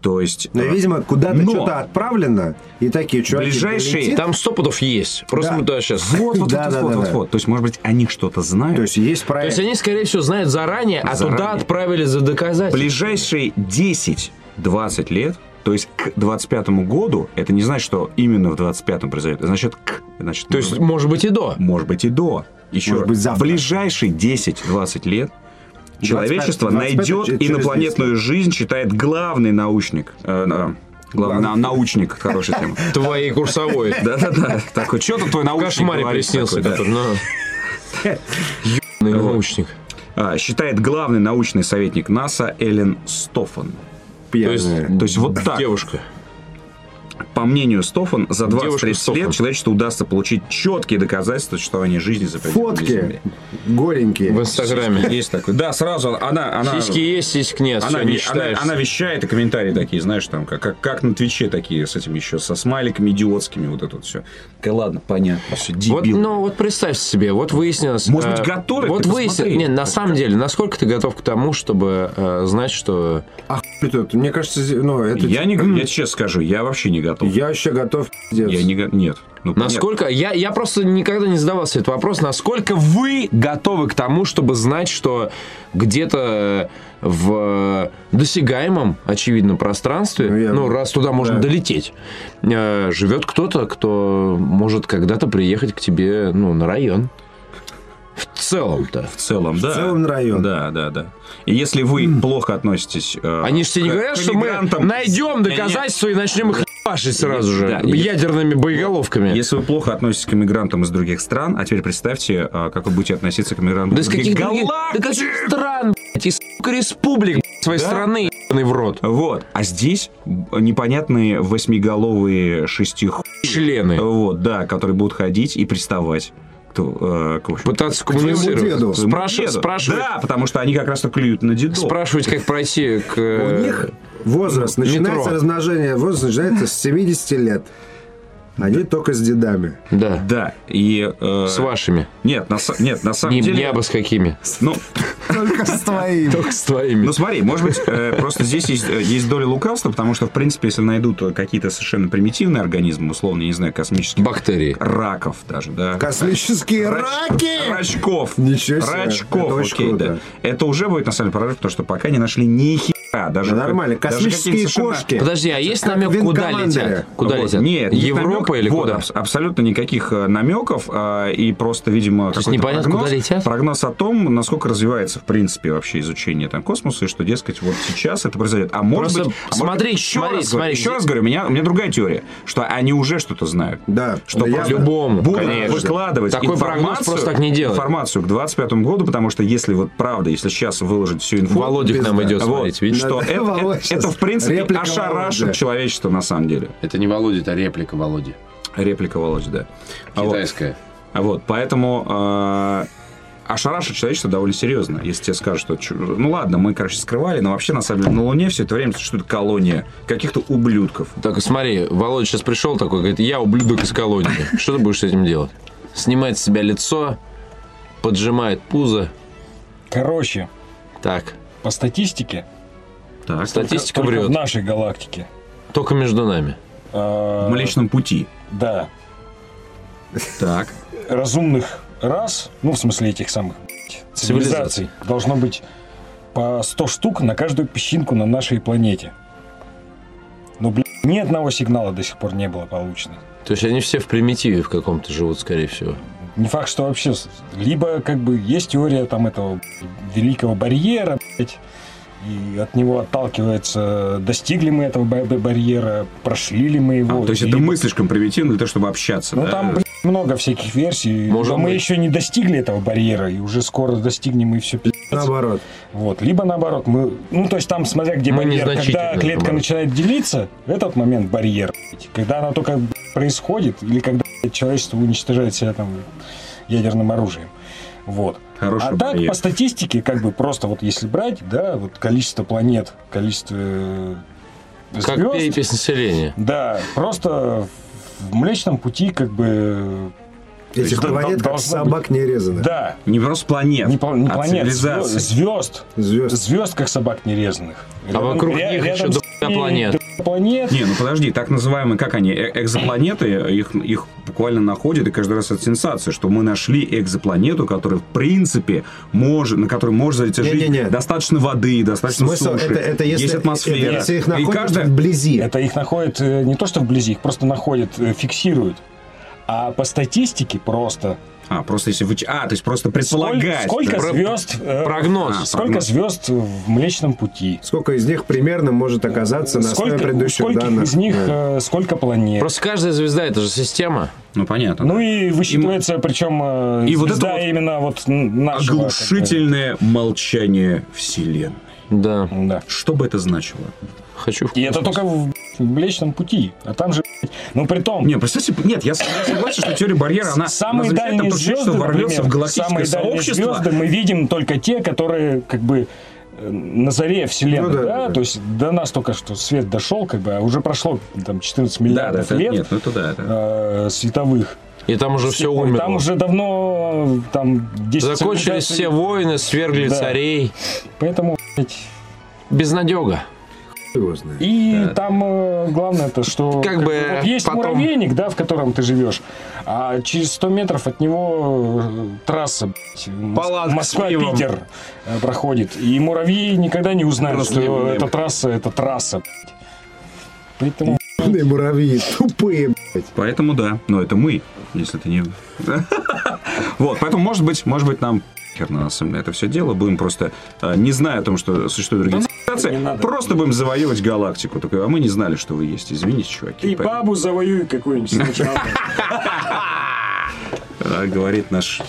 Speaker 2: То есть...
Speaker 3: Ну,
Speaker 2: э,
Speaker 3: видимо, куда-то
Speaker 2: но
Speaker 3: что-то отправлено, и такие чуваки
Speaker 2: Ближайшие-
Speaker 3: полетит.
Speaker 1: Там сто пудов есть. Просто
Speaker 3: Да.
Speaker 1: мы туда сейчас...
Speaker 2: Вот, вот,
Speaker 3: Да,
Speaker 2: вот,
Speaker 3: да,
Speaker 2: вот,
Speaker 3: да,
Speaker 2: вот,
Speaker 3: да.
Speaker 2: вот. То есть, может быть, они что-то знают.
Speaker 3: То есть есть
Speaker 1: То
Speaker 3: проект.
Speaker 1: есть они, скорее всего, знают заранее, а туда
Speaker 2: Заранее.
Speaker 1: отправили за доказательством.
Speaker 2: ближайшие 10-20 лет, то есть к 25 году, это не значит, что именно в 25-м произойдет, это значит к, значит,
Speaker 1: То есть, может быть, и до.
Speaker 2: может быть и до. Еще
Speaker 3: Может быть, завтра.
Speaker 2: ближайшие 10-20 лет человечество
Speaker 3: 25
Speaker 2: найдет
Speaker 3: через 10
Speaker 2: инопланетную жизнь, считает главный научник. э, на- главный на- научник, хорошая тема.
Speaker 1: Твоей курсовой.
Speaker 2: Да-да-да. Такой, что тут твой
Speaker 1: В
Speaker 2: научник
Speaker 1: кошмаре
Speaker 2: говорит?»
Speaker 1: приснился. ну.
Speaker 2: Такой, да.
Speaker 1: который, ну, Ёбаный научник.
Speaker 2: А, Считает главный научный советник НАСА Эллен Стофан.
Speaker 1: То есть,
Speaker 3: пьяные.
Speaker 2: То есть вот так.
Speaker 1: девушка.
Speaker 2: По мнению Стофан, за
Speaker 1: Девушка
Speaker 2: 20-30
Speaker 1: Стофан.
Speaker 2: лет человечеству удастся получить четкие доказательства существования жизни за пределами
Speaker 3: Фотки
Speaker 2: Земли.
Speaker 3: горенькие.
Speaker 1: В инстаграме.
Speaker 2: Есть такой. Да, сразу она... она
Speaker 1: Сиськи есть, сиськ нет. всё,
Speaker 2: Она,
Speaker 1: не
Speaker 2: ве- она-
Speaker 1: считаешься.
Speaker 2: она вещает, и комментарии такие, знаешь, там, как, как, как на Твиче такие с этим еще, со смайликами идиотскими, вот это вот все. Да ладно, понятно, все,
Speaker 1: Вот,
Speaker 2: дебил.
Speaker 1: ну, вот представь себе, вот выяснилось...
Speaker 2: Может быть,
Speaker 1: э,
Speaker 2: готовят,
Speaker 1: Вот
Speaker 2: ты
Speaker 1: выяснилось...
Speaker 2: посмотри.
Speaker 1: Не, на самом деле, насколько ты готов к тому, чтобы э, знать, что...
Speaker 3: А хуй тут. Мне кажется, зи- ну, это...
Speaker 2: я, не, г- я честно скажу, я вообще не готов.
Speaker 3: Я вообще готов пиздец.
Speaker 2: Я не... го- Нет. Ну,
Speaker 1: Насколько... Я, я просто никогда не задавался этот вопрос. Насколько вы готовы к тому, чтобы знать, что где-то в досягаемом, очевидно, пространстве, ну,
Speaker 3: Ну, я-
Speaker 1: раз туда можно
Speaker 3: Да.
Speaker 1: долететь, э, живет кто-то, кто может когда-то приехать к тебе, ну, на район. В целом-то.
Speaker 2: В целом, да.
Speaker 3: В целом на район.
Speaker 2: Да, да, да. И если вы плохо относитесь... э,
Speaker 1: Они же тебе не
Speaker 2: к-
Speaker 1: говорят,
Speaker 2: к
Speaker 1: что мы
Speaker 2: мигрантам-
Speaker 1: найдем
Speaker 2: Не-не.
Speaker 1: доказательства и начнем их ебашить сразу же
Speaker 2: Да, есть.
Speaker 1: ядерными боеголовками.
Speaker 2: Если вы плохо относитесь к иммигрантам из других стран, а теперь представьте, а, как вы будете относиться к иммигрантам
Speaker 1: Да
Speaker 2: из
Speaker 1: из
Speaker 2: других
Speaker 1: каких других- да
Speaker 2: галактик.
Speaker 1: каких стран, блядь, из сука, республик блядь, своей страны, ебаный в рот.
Speaker 2: Вот. А здесь непонятные восьмиголовые шестих...
Speaker 1: Члены.
Speaker 2: Вот, да, которые будут ходить и приставать. Кто, э, к, в общем,
Speaker 1: Пытаться
Speaker 3: твоему деду.
Speaker 1: коммуницировать.
Speaker 2: к своему
Speaker 1: Спрашивать,
Speaker 2: деду.
Speaker 1: спрашивать.
Speaker 2: Да, потому что они как раз то клюют на дедов.
Speaker 1: Спрашивать, как пройти к...
Speaker 3: У
Speaker 1: э,
Speaker 3: них возраст
Speaker 1: метро.
Speaker 3: начинается размножение, возраст начинается с 70 лет. Они только с дедами.
Speaker 1: Да.
Speaker 2: Да, и... э,
Speaker 1: С вашими.
Speaker 2: Нет, на, са- нет, на самом
Speaker 1: Не,
Speaker 2: деле...
Speaker 1: не оба с какими.
Speaker 2: Ну,
Speaker 3: Только с твоими.
Speaker 1: Только с твоими.
Speaker 2: Ну смотри, может быть, э, просто здесь есть, э, есть доля лукавства, потому что, в принципе, если найдут э, какие-то совершенно примитивные организмы, условно, я не знаю, космических
Speaker 1: Бактерии.
Speaker 2: раков даже, да.
Speaker 3: Космические
Speaker 2: Рач-
Speaker 3: раки!
Speaker 2: Рачков.
Speaker 3: Ничего себе,
Speaker 2: Рачков,
Speaker 3: это очень
Speaker 2: окей,
Speaker 3: круто.
Speaker 2: да. Это уже будет на самом деле прорыв, потому что пока не нашли ни хера. Даже
Speaker 3: Да нормально,
Speaker 2: даже
Speaker 3: космические
Speaker 2: какие-то совершенно-
Speaker 3: кошки.
Speaker 1: Подожди, а есть
Speaker 3: Как
Speaker 1: намек,
Speaker 3: винт
Speaker 1: куда
Speaker 3: командера.
Speaker 1: летят? Куда
Speaker 2: Вот,
Speaker 1: летят?
Speaker 2: Нет, никаких
Speaker 1: Европа
Speaker 2: намёков-
Speaker 1: или
Speaker 2: вот,
Speaker 1: куда?
Speaker 2: абс- абсолютно никаких э, намеков, а, и просто, видимо,
Speaker 1: есть
Speaker 2: какой-то
Speaker 1: непонятно,
Speaker 2: прогноз,
Speaker 1: куда летят?
Speaker 2: прогноз о том, насколько развивается, в принципе, вообще изучение там космоса, и что, дескать, вот сейчас это произойдет. А может
Speaker 1: Просто
Speaker 2: быть... а может
Speaker 1: смотри,
Speaker 2: быть, ещё
Speaker 1: смотри,
Speaker 2: раз говорю,
Speaker 1: смотри,
Speaker 2: ещё
Speaker 1: где-
Speaker 2: раз говорю, у меня, у меня другая теория, что они уже что-то знают.
Speaker 3: Да, ну,
Speaker 2: Что
Speaker 3: я-
Speaker 2: просто
Speaker 1: По-любому,
Speaker 2: будут
Speaker 1: конечно.
Speaker 2: Ну, выкладывать
Speaker 1: Такой прогноз
Speaker 2: информацию-
Speaker 1: просто так не делают.
Speaker 2: информацию к 25 году, потому что если вот правда, если сейчас выложить всю инфу...
Speaker 1: Володя к нам
Speaker 3: Пизда.
Speaker 1: идет,
Speaker 2: Вот,
Speaker 1: смотрите, видишь?
Speaker 2: что
Speaker 3: Да,
Speaker 2: это,
Speaker 3: Володя
Speaker 2: это-
Speaker 3: щас
Speaker 2: это, в принципе,
Speaker 3: реплика
Speaker 2: ошарашит
Speaker 3: Володи.
Speaker 2: человечество на самом деле.
Speaker 5: Это не Володя, это реплика Володи.
Speaker 2: Реплика Володя, да. А вот,
Speaker 5: Китайская.
Speaker 2: а вот, поэтому э, ошарашит человечество довольно серьезно, если тебе скажут, что чё- ну ладно, мы, короче, скрывали, но вообще, на самом деле, на Луне все это время существует колония каких-то ублюдков.
Speaker 1: Так, смотри, Володя сейчас пришел такой, говорит, я ублюдок из колонии. Что ты будешь с этим делать? Снимает с себя лицо, поджимает пузо.
Speaker 6: Короче,
Speaker 1: Так,
Speaker 6: по статистике,
Speaker 2: Так,
Speaker 1: статистика
Speaker 6: А только в
Speaker 1: врет.
Speaker 6: нашей галактике.
Speaker 1: Только между нами.
Speaker 6: э,
Speaker 2: в Млечном Пути.
Speaker 6: Да.
Speaker 2: Так.
Speaker 6: Разумных рас, ну, в смысле этих самых цивилизаций,
Speaker 1: Цивилизаций.
Speaker 6: должно быть по 100 штук на каждую песчинку на нашей планете. Но, блин, ни одного сигнала до сих пор не было получено.
Speaker 1: То есть они все в примитиве в каком-то живут, скорее всего.
Speaker 6: Не факт, что вообще... с- Либо, как бы, есть теория там этого блядь, великого барьера, блядь, и от него отталкивается, достигли мы этого ба- ба- барьера, прошли ли мы
Speaker 2: А,
Speaker 6: его.
Speaker 2: то есть это
Speaker 6: либо-
Speaker 2: мы слишком примитивны для того, чтобы общаться.
Speaker 6: Ну
Speaker 2: да?
Speaker 6: там блин, много всяких версий.
Speaker 1: Может
Speaker 6: но мы
Speaker 1: быть.
Speaker 6: еще не достигли этого барьера, и уже скоро достигнем и все пиздец.
Speaker 3: Наоборот.
Speaker 6: Вот, либо наоборот, мы, ну то есть там, смотря где
Speaker 1: Ну,
Speaker 6: барьер,
Speaker 1: незначительно,
Speaker 6: когда клетка
Speaker 1: наоборот.
Speaker 6: начинает делиться, в этот момент барьер, блядь. когда она только блядь, происходит, или когда блядь, человечество уничтожает себя там ядерным оружием, вот.
Speaker 2: Хороший
Speaker 6: а так,
Speaker 2: барьер.
Speaker 6: по статистике, как бы просто вот если брать, да, вот количество планет, количество э,
Speaker 1: Как
Speaker 6: звёзд,
Speaker 1: перепись населения.
Speaker 6: да, просто в Млечном Пути как бы...
Speaker 3: Этих
Speaker 6: Да,
Speaker 3: планет
Speaker 6: да,
Speaker 3: как
Speaker 6: должно
Speaker 3: собак не резаны.
Speaker 6: Да,
Speaker 2: Не просто планет,
Speaker 6: не, пла- не
Speaker 2: а
Speaker 6: планет,
Speaker 2: цивилизации.
Speaker 6: звезд,
Speaker 3: Звезд.
Speaker 6: звезд, как собак нерезанных.
Speaker 1: А вокруг
Speaker 6: ря-
Speaker 1: них
Speaker 6: рядом
Speaker 1: еще
Speaker 6: с
Speaker 1: до
Speaker 6: ними
Speaker 1: планет.
Speaker 6: до планет.
Speaker 2: Не, ну подожди, так называемые, как они, э- экзопланеты, их, их буквально находят, и каждый раз это сенсация, что мы нашли экзопланету, которая, в принципе, может, на которой может залететь жизнь.
Speaker 3: Не-не-не.
Speaker 2: Достаточно воды, достаточно
Speaker 3: Смысл
Speaker 2: суши,
Speaker 3: это, это если,
Speaker 2: есть атмосфера.
Speaker 3: это если их
Speaker 2: и
Speaker 3: находят
Speaker 2: каждая...
Speaker 3: вблизи.
Speaker 6: Это их находят э, не то, что вблизи, их просто находят, э, фиксируют. А по статистике просто
Speaker 2: А, просто если вы... А, то есть просто
Speaker 6: сколь-
Speaker 2: предполагать.
Speaker 6: сколько
Speaker 2: да.
Speaker 1: Про-
Speaker 6: звезд, э,
Speaker 2: А,
Speaker 1: Прогноз.
Speaker 6: сколько
Speaker 2: прогноз.
Speaker 6: звезд в Млечном Пути,
Speaker 3: Сколько из них примерно может оказаться на основе
Speaker 6: сколько, у
Speaker 3: предыдущих
Speaker 6: скольких
Speaker 3: данных?
Speaker 6: из них
Speaker 3: Да.
Speaker 6: э, сколько планет.
Speaker 1: Просто каждая звезда это же система.
Speaker 2: Ну, понятно.
Speaker 6: Ну и высчитывается, причем э,
Speaker 2: и вот это
Speaker 6: звезда
Speaker 2: вот
Speaker 6: именно вот н- нашего, как бы.
Speaker 2: Оглушительное молчание Вселенной.
Speaker 1: Да.
Speaker 6: Да.
Speaker 2: Что бы это значило?
Speaker 1: Хочу в
Speaker 6: И это
Speaker 1: космос.
Speaker 6: только в Млечном Пути. А там же, ну при том,
Speaker 2: Не, представьте, нет, я с- я согласен, что теория барьера, она она
Speaker 6: самые
Speaker 2: замечательна,
Speaker 6: дальние
Speaker 2: потому что,
Speaker 6: звезды,
Speaker 2: что ворвется
Speaker 6: например,
Speaker 2: в галактическое
Speaker 6: самые дальние
Speaker 2: сообщество,
Speaker 6: звезды мы видим только те, которые как бы э, на заре вселенной,
Speaker 3: Ну да,
Speaker 6: да,
Speaker 3: да, да.
Speaker 6: то есть до нас только что свет дошел, как бы, а уже прошло там 14 миллиардов
Speaker 2: это-
Speaker 6: лет
Speaker 2: Нет, ну это да, это.
Speaker 6: э, световых.
Speaker 1: И там уже все умерло.
Speaker 6: Там уже давно э, там 10
Speaker 1: Закончились
Speaker 6: цивилизаций.
Speaker 1: все войны, свергли
Speaker 6: Да.
Speaker 1: царей.
Speaker 6: Поэтому блядь,
Speaker 1: Безнадега.
Speaker 3: Его знает.
Speaker 6: и там э, главное то, что
Speaker 1: Как бы
Speaker 6: вот есть
Speaker 1: потом-
Speaker 6: муравейник, да, в котором ты живешь, а через 100 метров от него э, трасса блядь, Мос-
Speaker 1: Палатка с
Speaker 6: Москва-Питер э, проходит, и муравьи никогда не узнают, что эта трасса, это трасса. блядь. Поэтому
Speaker 3: Умные муравьи, тупые. б***ь.
Speaker 2: Поэтому да, но это мы, если ты не... Вот, поэтому, может быть, может быть, нам хер на нас именно это все дело, будем просто, э, не зная о том, что существуют другие цивилизации, просто будем завоевывать галактику. Такой, а мы не знали, что вы есть, извините, чуваки.
Speaker 6: ты
Speaker 2: Поэтому-
Speaker 6: бабу завоюй какую-нибудь сначала.
Speaker 2: А, Говорит наш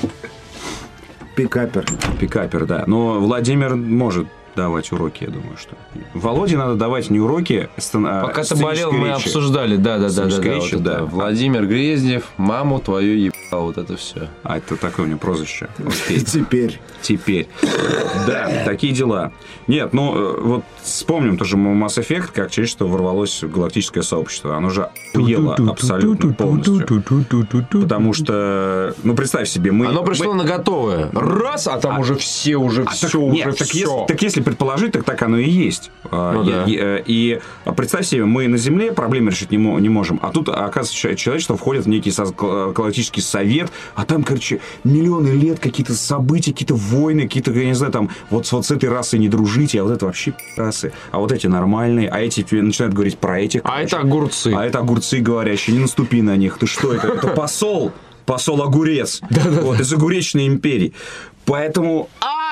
Speaker 3: Пикапер.
Speaker 2: пикапер, да. Но Владимир может давать уроки, я думаю, что. Володе надо давать не уроки, а сцен- а
Speaker 1: Пока ты
Speaker 2: сценической
Speaker 1: болел, мы
Speaker 2: речи.
Speaker 1: обсуждали. Да, да, да, да,
Speaker 2: Сценическая
Speaker 1: да.
Speaker 2: речь,
Speaker 1: вот это.
Speaker 2: да.
Speaker 1: Владимир Грезнев, маму твою ебал, вот это все.
Speaker 2: А, это такое у него прозвище. Окей.
Speaker 3: И теперь.
Speaker 2: теперь. Да, такие дела. Нет, ну э, вот вспомним тоже мы Mass Effect, как через что ворвалось в галактическое сообщество. Оно же охуело абсолютно полностью. Потому что, ну представь себе, мы...
Speaker 1: Оно
Speaker 2: мы-
Speaker 1: пришло на готовое. Раз, а там уже все, уже
Speaker 2: А
Speaker 1: все,
Speaker 2: так-
Speaker 1: уже
Speaker 2: нет, так,
Speaker 1: все.
Speaker 2: Если, так если предположить, так так оно и есть. А,
Speaker 1: Ну
Speaker 2: и-
Speaker 1: да.
Speaker 2: и, э, и, а, представь себе, мы на Земле проблемы решить не, мо- не можем, а тут, а, оказывается, че- человечество входит в некий соз- гла- галактический совет, а там, короче, миллионы лет какие-то события, какие-то войны, какие-то, я не знаю, там, вот, с- вот с этой расой не дружите, а вот это вообще расы, а вот эти нормальные, а эти тебе начинают говорить про этих.
Speaker 1: А
Speaker 2: короче.
Speaker 1: это огурцы.
Speaker 2: А это огурцы говорящие, не наступи на них. Ты что это? Это посол. Посол огурец. Вот, из огуречной империи. Поэтому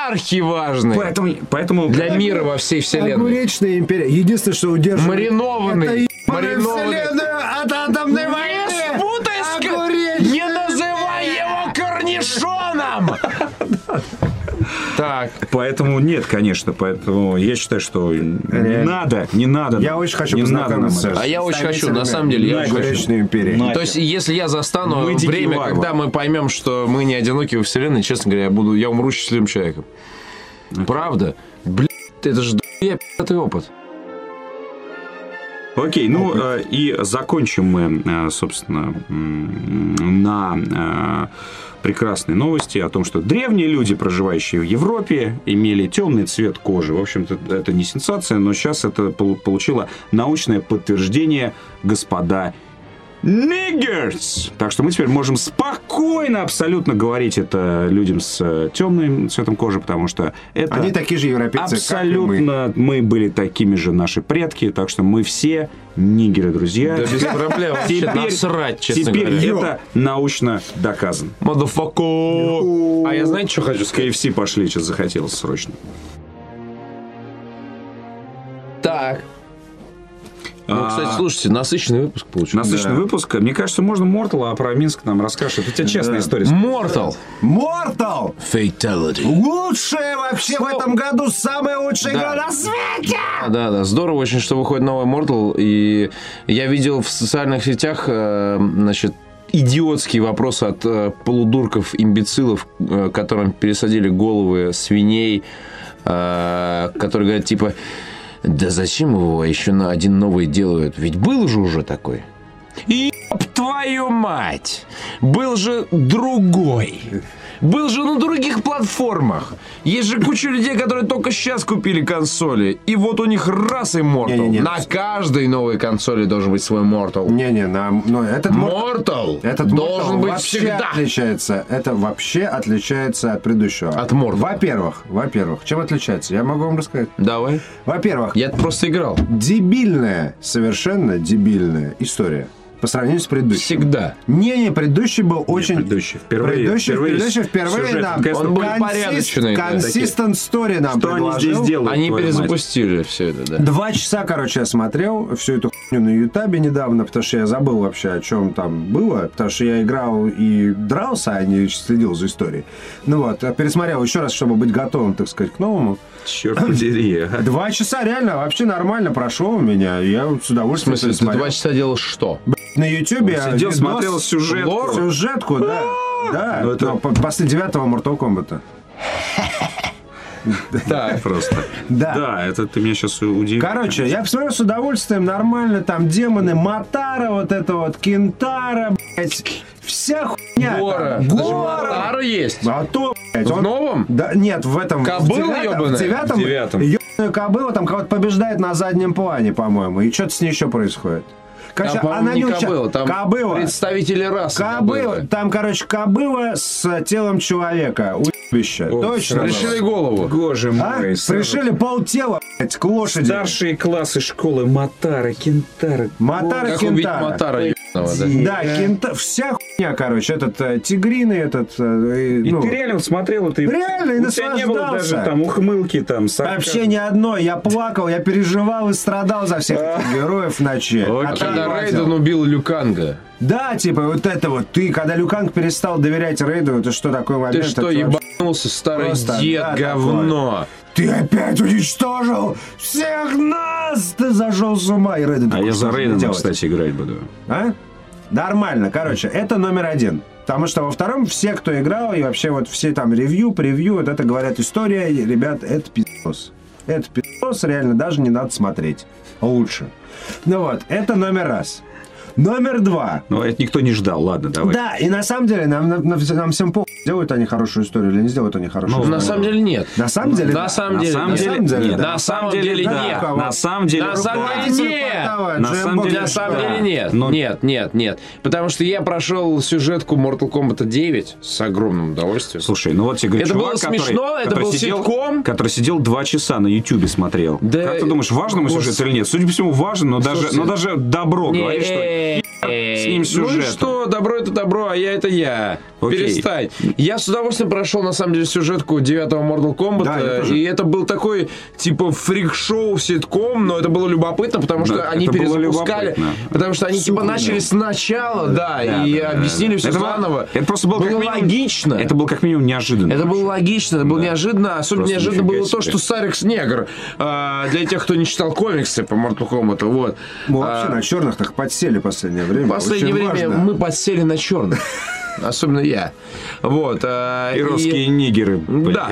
Speaker 1: Архиважный.
Speaker 2: Поэтому, поэтому
Speaker 1: Для мира во всей вселенной.
Speaker 3: Огуречная империя. Единственное, что удерживает...
Speaker 1: Маринованный.
Speaker 3: Это ебаная
Speaker 1: Маринованный.
Speaker 3: вселенная от атомной
Speaker 1: Не
Speaker 3: войны.
Speaker 1: спутай с ко-
Speaker 3: Огуречная.
Speaker 1: Не называй его корнишоном! Так,
Speaker 2: Поэтому нет, конечно, поэтому я считаю, что не надо, не надо.
Speaker 3: Я очень хочу
Speaker 2: не надо нам
Speaker 3: познакомиться.
Speaker 2: это.
Speaker 1: а я очень хочу, на
Speaker 3: Представителями
Speaker 1: самом деле, я очень хочу.
Speaker 3: Огуречной империи.
Speaker 1: То есть, если я застану
Speaker 2: Мы дикие
Speaker 1: время,
Speaker 2: варвары.
Speaker 1: когда мы поймем, что мы не одиноки во вселенной, честно говоря, я буду, я умру счастливым человеком. Правда? Блядь, это же я пятый опыт.
Speaker 2: Окей, ну э, и закончим мы, э, собственно, м, на э, прекрасной новости о том, что древние люди, проживающие в Европе, имели темный цвет кожи. В общем-то, это не сенсация, но сейчас это полу- получило научное подтверждение, господа Ниггерс! Так что мы теперь можем спокойно абсолютно говорить это людям с темным цветом кожи, потому что это...
Speaker 3: Они такие же европейцы, как и мы.
Speaker 2: Абсолютно. Мы. были такими же наши предки, так что мы все нигеры, друзья.
Speaker 1: Да без проблем. Вообще
Speaker 2: Теперь-
Speaker 1: насрать, честно
Speaker 2: Теперь
Speaker 1: говоря.
Speaker 2: это научно доказано.
Speaker 1: Мадафако. А я знаете, что хочу
Speaker 2: С
Speaker 1: сказать?
Speaker 2: KFC пошли, сейчас захотелось срочно.
Speaker 1: Так. Ну, кстати, слушайте, насыщенный выпуск получился.
Speaker 2: Насыщенный выпуск. Мне кажется, можно Мортала, а про Минск нам расскажешь. Это у тебя честная история.
Speaker 1: Мортал.
Speaker 3: Мортал!
Speaker 1: Fatality.
Speaker 3: Лучшее вообще в этом году, самая лучшая игра на свете!
Speaker 1: Да, да, здорово очень, что выходит новый Мортал. И я видел в социальных сетях, э, значит, идиотские вопросы от э, полудурков, имбецилов, э, которым пересадили головы свиней, э, которые говорят, типа, да зачем его еще на один новый делают? Ведь был же уже такой. Ёб твою мать! Был же другой. Был же на других платформах. Есть же куча людей, которые только сейчас купили консоли. И вот у них раз и Мортал.
Speaker 3: Не-не-не.
Speaker 1: На каждой новой консоли должен быть свой Мортал.
Speaker 3: Не-не, на, ну, этот Мортал...
Speaker 1: Мортал
Speaker 3: Этот
Speaker 1: должен
Speaker 3: Mortal
Speaker 1: быть
Speaker 3: вообще
Speaker 1: всегда.
Speaker 3: отличается. Это вообще отличается от предыдущего.
Speaker 1: От Mortal.
Speaker 3: Во-первых, во-первых, чем отличается? Я могу вам рассказать.
Speaker 1: Давай.
Speaker 3: Во-первых,
Speaker 1: Я просто играл.
Speaker 3: дебильная, совершенно дебильная история по сравнению с предыдущим.
Speaker 1: Всегда.
Speaker 3: Не, не, предыдущий был очень...
Speaker 2: предыдущий. Впервые-
Speaker 3: Предыдущий,
Speaker 2: впервые
Speaker 3: предыдущий впервые
Speaker 2: сюжет.
Speaker 3: нам...
Speaker 2: Наконец-то
Speaker 1: Он был порядочный, да,
Speaker 3: Consistent Story нам
Speaker 2: Что они
Speaker 3: предложил.
Speaker 2: здесь делают?
Speaker 1: Они
Speaker 2: твою мать?
Speaker 1: перезапустили все это, да.
Speaker 3: Два часа, короче, я смотрел всю эту хуйню на Ютабе недавно, потому что я забыл вообще, о чем там было, потому что я играл и дрался, а не следил за историей. Ну вот, а пересмотрел еще раз, чтобы быть готовым, так сказать, к новому.
Speaker 2: Черт подери. а.
Speaker 3: Два часа реально вообще нормально прошло у меня, я вот с
Speaker 1: В
Speaker 3: удовольствием
Speaker 1: смысле, ты
Speaker 3: пересмотрел.
Speaker 1: два часа делал что?
Speaker 3: На Ютубе
Speaker 2: Сидел,
Speaker 3: видос-
Speaker 2: смотрел сюжет.
Speaker 1: Лор?
Speaker 3: Сюжетку, да. Да,
Speaker 2: Ну, это-
Speaker 3: но по- после девятого Mortal Kombat.
Speaker 1: Да.
Speaker 2: Просто.
Speaker 3: Да.
Speaker 2: Да, это ты меня сейчас удивил.
Speaker 3: Короче, я посмотрел с удовольствием, нормально, там демоны, Матара, вот это вот, Кентара, блядь, вся хуйня. там.
Speaker 1: Гора. Даже
Speaker 3: Гора.
Speaker 1: Мортару есть.
Speaker 3: А то, блядь,
Speaker 1: В
Speaker 3: он-
Speaker 1: новом?
Speaker 3: Да, нет, в этом... в
Speaker 1: Кобыла ёбаная?
Speaker 3: девятом, в девятом,
Speaker 2: В девятом.
Speaker 3: ёбаную кобылу, там кого-то побеждает на заднем плане, по-моему, и что-то с ней еще происходит. Короче,
Speaker 1: Там, по-моему,
Speaker 3: она
Speaker 1: не
Speaker 3: не уча-
Speaker 1: кобыла, там
Speaker 3: Кобыла.
Speaker 1: представители расы.
Speaker 3: Кобыла.
Speaker 1: кобылы.
Speaker 3: Там, короче, кобыла с телом человека. Уебище. Точно.
Speaker 1: Решили голову.
Speaker 2: Боже
Speaker 3: А?
Speaker 2: мой. сразу
Speaker 3: Пришили полтела, блядь, к лошади.
Speaker 2: Старшие классы школы Матара, Кентара.
Speaker 3: Матара
Speaker 1: Как убить
Speaker 3: Кентара.
Speaker 1: Матара ебаного, да?
Speaker 3: Да, кента... вся хуйня, короче, этот э, тигриный, этот... э, и,
Speaker 2: И
Speaker 3: ну,
Speaker 2: ты реально вот смотрел, это и
Speaker 3: Реально, и
Speaker 2: у тебя не было даже
Speaker 3: наслаждался.
Speaker 2: там ухмылки, там сарказм.
Speaker 3: Вообще ни одной. Я плакал, я переживал и страдал за всех
Speaker 2: А.
Speaker 3: этих героев ночи.
Speaker 1: Окей. Когда ну- Рейден
Speaker 3: Рейден...
Speaker 1: убил Люканга,
Speaker 3: Да, типа, вот это вот ты, когда Люканг перестал доверять Рейду, это что такой момент?
Speaker 1: ты что,
Speaker 3: Это вообще-
Speaker 1: ебанулся, старый
Speaker 3: просто,
Speaker 1: дед,
Speaker 3: да,
Speaker 1: говно?
Speaker 3: Ты опять уничтожил всех нас! Ты зажел с ума, и Рейден
Speaker 2: А
Speaker 3: такой,
Speaker 2: я за
Speaker 3: «Что же мне
Speaker 2: Рейдена,
Speaker 3: делать?»
Speaker 2: кстати, играть буду.
Speaker 3: А? Нормально, короче, это номер один. Потому что во втором все, кто играл, и вообще вот все там ревью, превью, вот это говорят история, и, ребят, это пиздос. Это пиздос, реально, даже не надо смотреть. Лучше. Ну вот, это номер раз. Номер два.
Speaker 2: Но Ну, а это никто не ждал, ладно, давай.
Speaker 3: Да, и на самом деле, нам, нам- нам всем похуй, делают они хорошую историю или не сделают они хорошую
Speaker 1: Ну, На
Speaker 3: историю.
Speaker 1: самом деле нет.
Speaker 3: На самом
Speaker 1: На
Speaker 3: деле, да.
Speaker 1: самом деле,
Speaker 2: самом
Speaker 1: нет.
Speaker 2: деле,
Speaker 3: нет.
Speaker 1: На самом деле
Speaker 3: да.
Speaker 1: нет.
Speaker 3: Кого?
Speaker 2: На самом деле,
Speaker 1: На
Speaker 2: да.
Speaker 1: самом деле нет.
Speaker 3: Хватало,
Speaker 2: На
Speaker 3: Джейм
Speaker 2: самом деле,
Speaker 3: Боб-
Speaker 1: На самом
Speaker 3: а Да.
Speaker 1: деле нет.
Speaker 2: Но-
Speaker 1: Нет, нет, нет. Потому что я прошел сюжетку Mortal Kombat 9 с огромным удовольствием.
Speaker 2: Слушай, ну вот тебе говорю,
Speaker 1: Это
Speaker 2: чувак,
Speaker 1: было
Speaker 2: который-
Speaker 1: смешно, это
Speaker 2: который
Speaker 1: был
Speaker 2: сидел-
Speaker 1: ситком.
Speaker 2: Который сидел два часа на Ютубе смотрел.
Speaker 1: Да-
Speaker 2: Как ты думаешь, важен ему сюжет
Speaker 1: Господи.
Speaker 2: или нет? Судя по всему, важен, но даже,
Speaker 1: Слушай.
Speaker 2: но даже добро
Speaker 1: Не,
Speaker 2: говорит, что...
Speaker 1: э,
Speaker 2: с
Speaker 1: э,
Speaker 2: ним
Speaker 1: Ну и
Speaker 2: сюжетом.
Speaker 1: что, добро это добро, а я это я.
Speaker 2: Окей.
Speaker 1: Перестань. Я с удовольствием прошел, на самом деле, сюжетку девятого Mortal Kombat.
Speaker 3: Да, я
Speaker 1: э,
Speaker 3: тоже.
Speaker 1: и это был такой, типа, фрик-шоу, ситком, но это было любопытно, потому
Speaker 2: Да,
Speaker 1: что они
Speaker 2: это было
Speaker 1: перезапускали.
Speaker 2: любопытно.
Speaker 1: Потому что они, типа,
Speaker 3: Сухо, да.
Speaker 1: начали сначала, да,
Speaker 2: Да,
Speaker 1: и
Speaker 2: да, да,
Speaker 1: объяснили
Speaker 2: да.
Speaker 1: все
Speaker 2: Это было-
Speaker 1: заново.
Speaker 2: это просто было как минимум-
Speaker 1: логично.
Speaker 2: Это было как минимум неожиданно.
Speaker 1: Это было логично, это было
Speaker 2: Да.
Speaker 1: неожиданно. Особенно
Speaker 2: Просто
Speaker 1: неожиданно
Speaker 2: нифига
Speaker 1: было то,
Speaker 2: себе.
Speaker 1: что Сарикс негр. а, для тех, кто не читал комиксы по Mortal Kombat. Вот.
Speaker 3: Мы вообще
Speaker 1: А,
Speaker 3: на черных так подсели последнее время.
Speaker 1: в последнее
Speaker 3: Очень
Speaker 1: время
Speaker 3: важно.
Speaker 1: мы подсели на черных. Особенно я. Вот. а,
Speaker 2: И русские нигеры. блин.
Speaker 1: Да.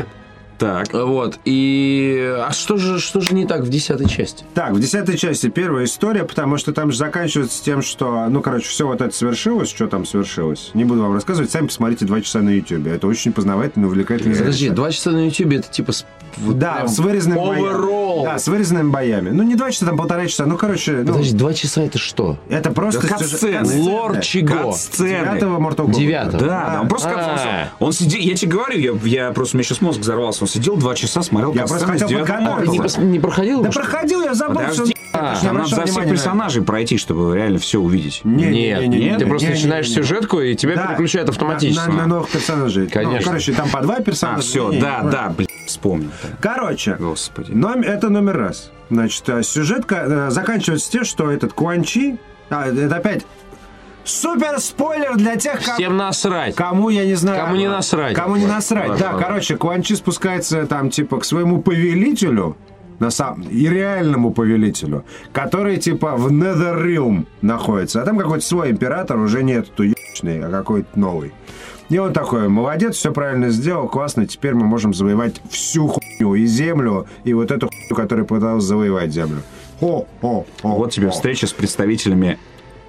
Speaker 2: Так.
Speaker 1: Вот. И... А что же, что же не так в десятой части?
Speaker 3: Так, в десятой части первая история, потому что там же заканчивается тем, что, ну, короче, все вот это свершилось, что там свершилось. Не буду вам рассказывать, сами посмотрите два часа на Ютубе. Это очень познавательно, увлекательно.
Speaker 1: Подожди, два часа на Ютубе это типа... с- вот
Speaker 3: Да,
Speaker 1: прям
Speaker 3: с вырезанными
Speaker 1: overall.
Speaker 3: боями. Да, с вырезанными боями. Ну, не два часа, там полтора часа. Ну, короче, ну,
Speaker 1: Подожди, два часа это что?
Speaker 3: это просто...
Speaker 2: Да
Speaker 3: сюжет-
Speaker 2: катсцены.
Speaker 3: катсцены.
Speaker 1: Лор чего?
Speaker 2: Кат-сцены.
Speaker 3: Девятого Mortal Kombat.
Speaker 1: Девятого.
Speaker 2: Да, да, он просто
Speaker 1: А.
Speaker 2: как он сидел, я тебе говорю, я, я просто, у меня сейчас мозг взорвался, он он сидел два часа, смотрел
Speaker 3: Я просто
Speaker 2: Константина с
Speaker 3: хотел
Speaker 2: девятого
Speaker 3: показать.
Speaker 1: Не,
Speaker 2: квартала.
Speaker 1: пос- не проходил?
Speaker 3: Да
Speaker 1: что ли?
Speaker 3: проходил, я забыл, что...
Speaker 2: Подожди,
Speaker 1: А,
Speaker 3: не
Speaker 2: нам надо
Speaker 3: обращал
Speaker 2: за всех
Speaker 3: внимания на-
Speaker 2: персонажей пройти, чтобы реально все увидеть.
Speaker 1: Нет,
Speaker 3: Не-не-не-не-не.
Speaker 1: ты просто
Speaker 3: Не-не-не-не.
Speaker 1: начинаешь сюжетку, и тебя
Speaker 3: Да.
Speaker 1: переключают автоматически.
Speaker 3: На, на- на новых персонажей. Ну,
Speaker 1: Конечно.
Speaker 3: короче, там по два
Speaker 2: А,
Speaker 3: персонажа.
Speaker 2: все,
Speaker 3: Не-не-не.
Speaker 2: да, да, блин, вспомнил.
Speaker 3: Короче,
Speaker 2: Господи.
Speaker 3: Ном- это номер раз. Значит, а, сюжетка э, заканчивается тем, что этот Куанчи... А, это опять супер спойлер для тех, кому...
Speaker 1: Всем насрать.
Speaker 3: Кому, я не знаю...
Speaker 1: Кому не насрать.
Speaker 3: Кому не насрать,
Speaker 1: ладно,
Speaker 3: да.
Speaker 1: ладно.
Speaker 3: Короче, Куанчи спускается там, типа, к своему повелителю, на самом... и реальному повелителю, который, типа, в Netherrealm находится. А там какой-то свой император, уже не этот уебищный, а какой-то новый. И он такой, молодец, все правильно сделал, классно, теперь мы можем завоевать всю хуйню, и землю, и вот эту хуйню, которая пыталась завоевать землю. О, о, о.
Speaker 2: Вот тебе
Speaker 3: о.
Speaker 2: встреча с представителями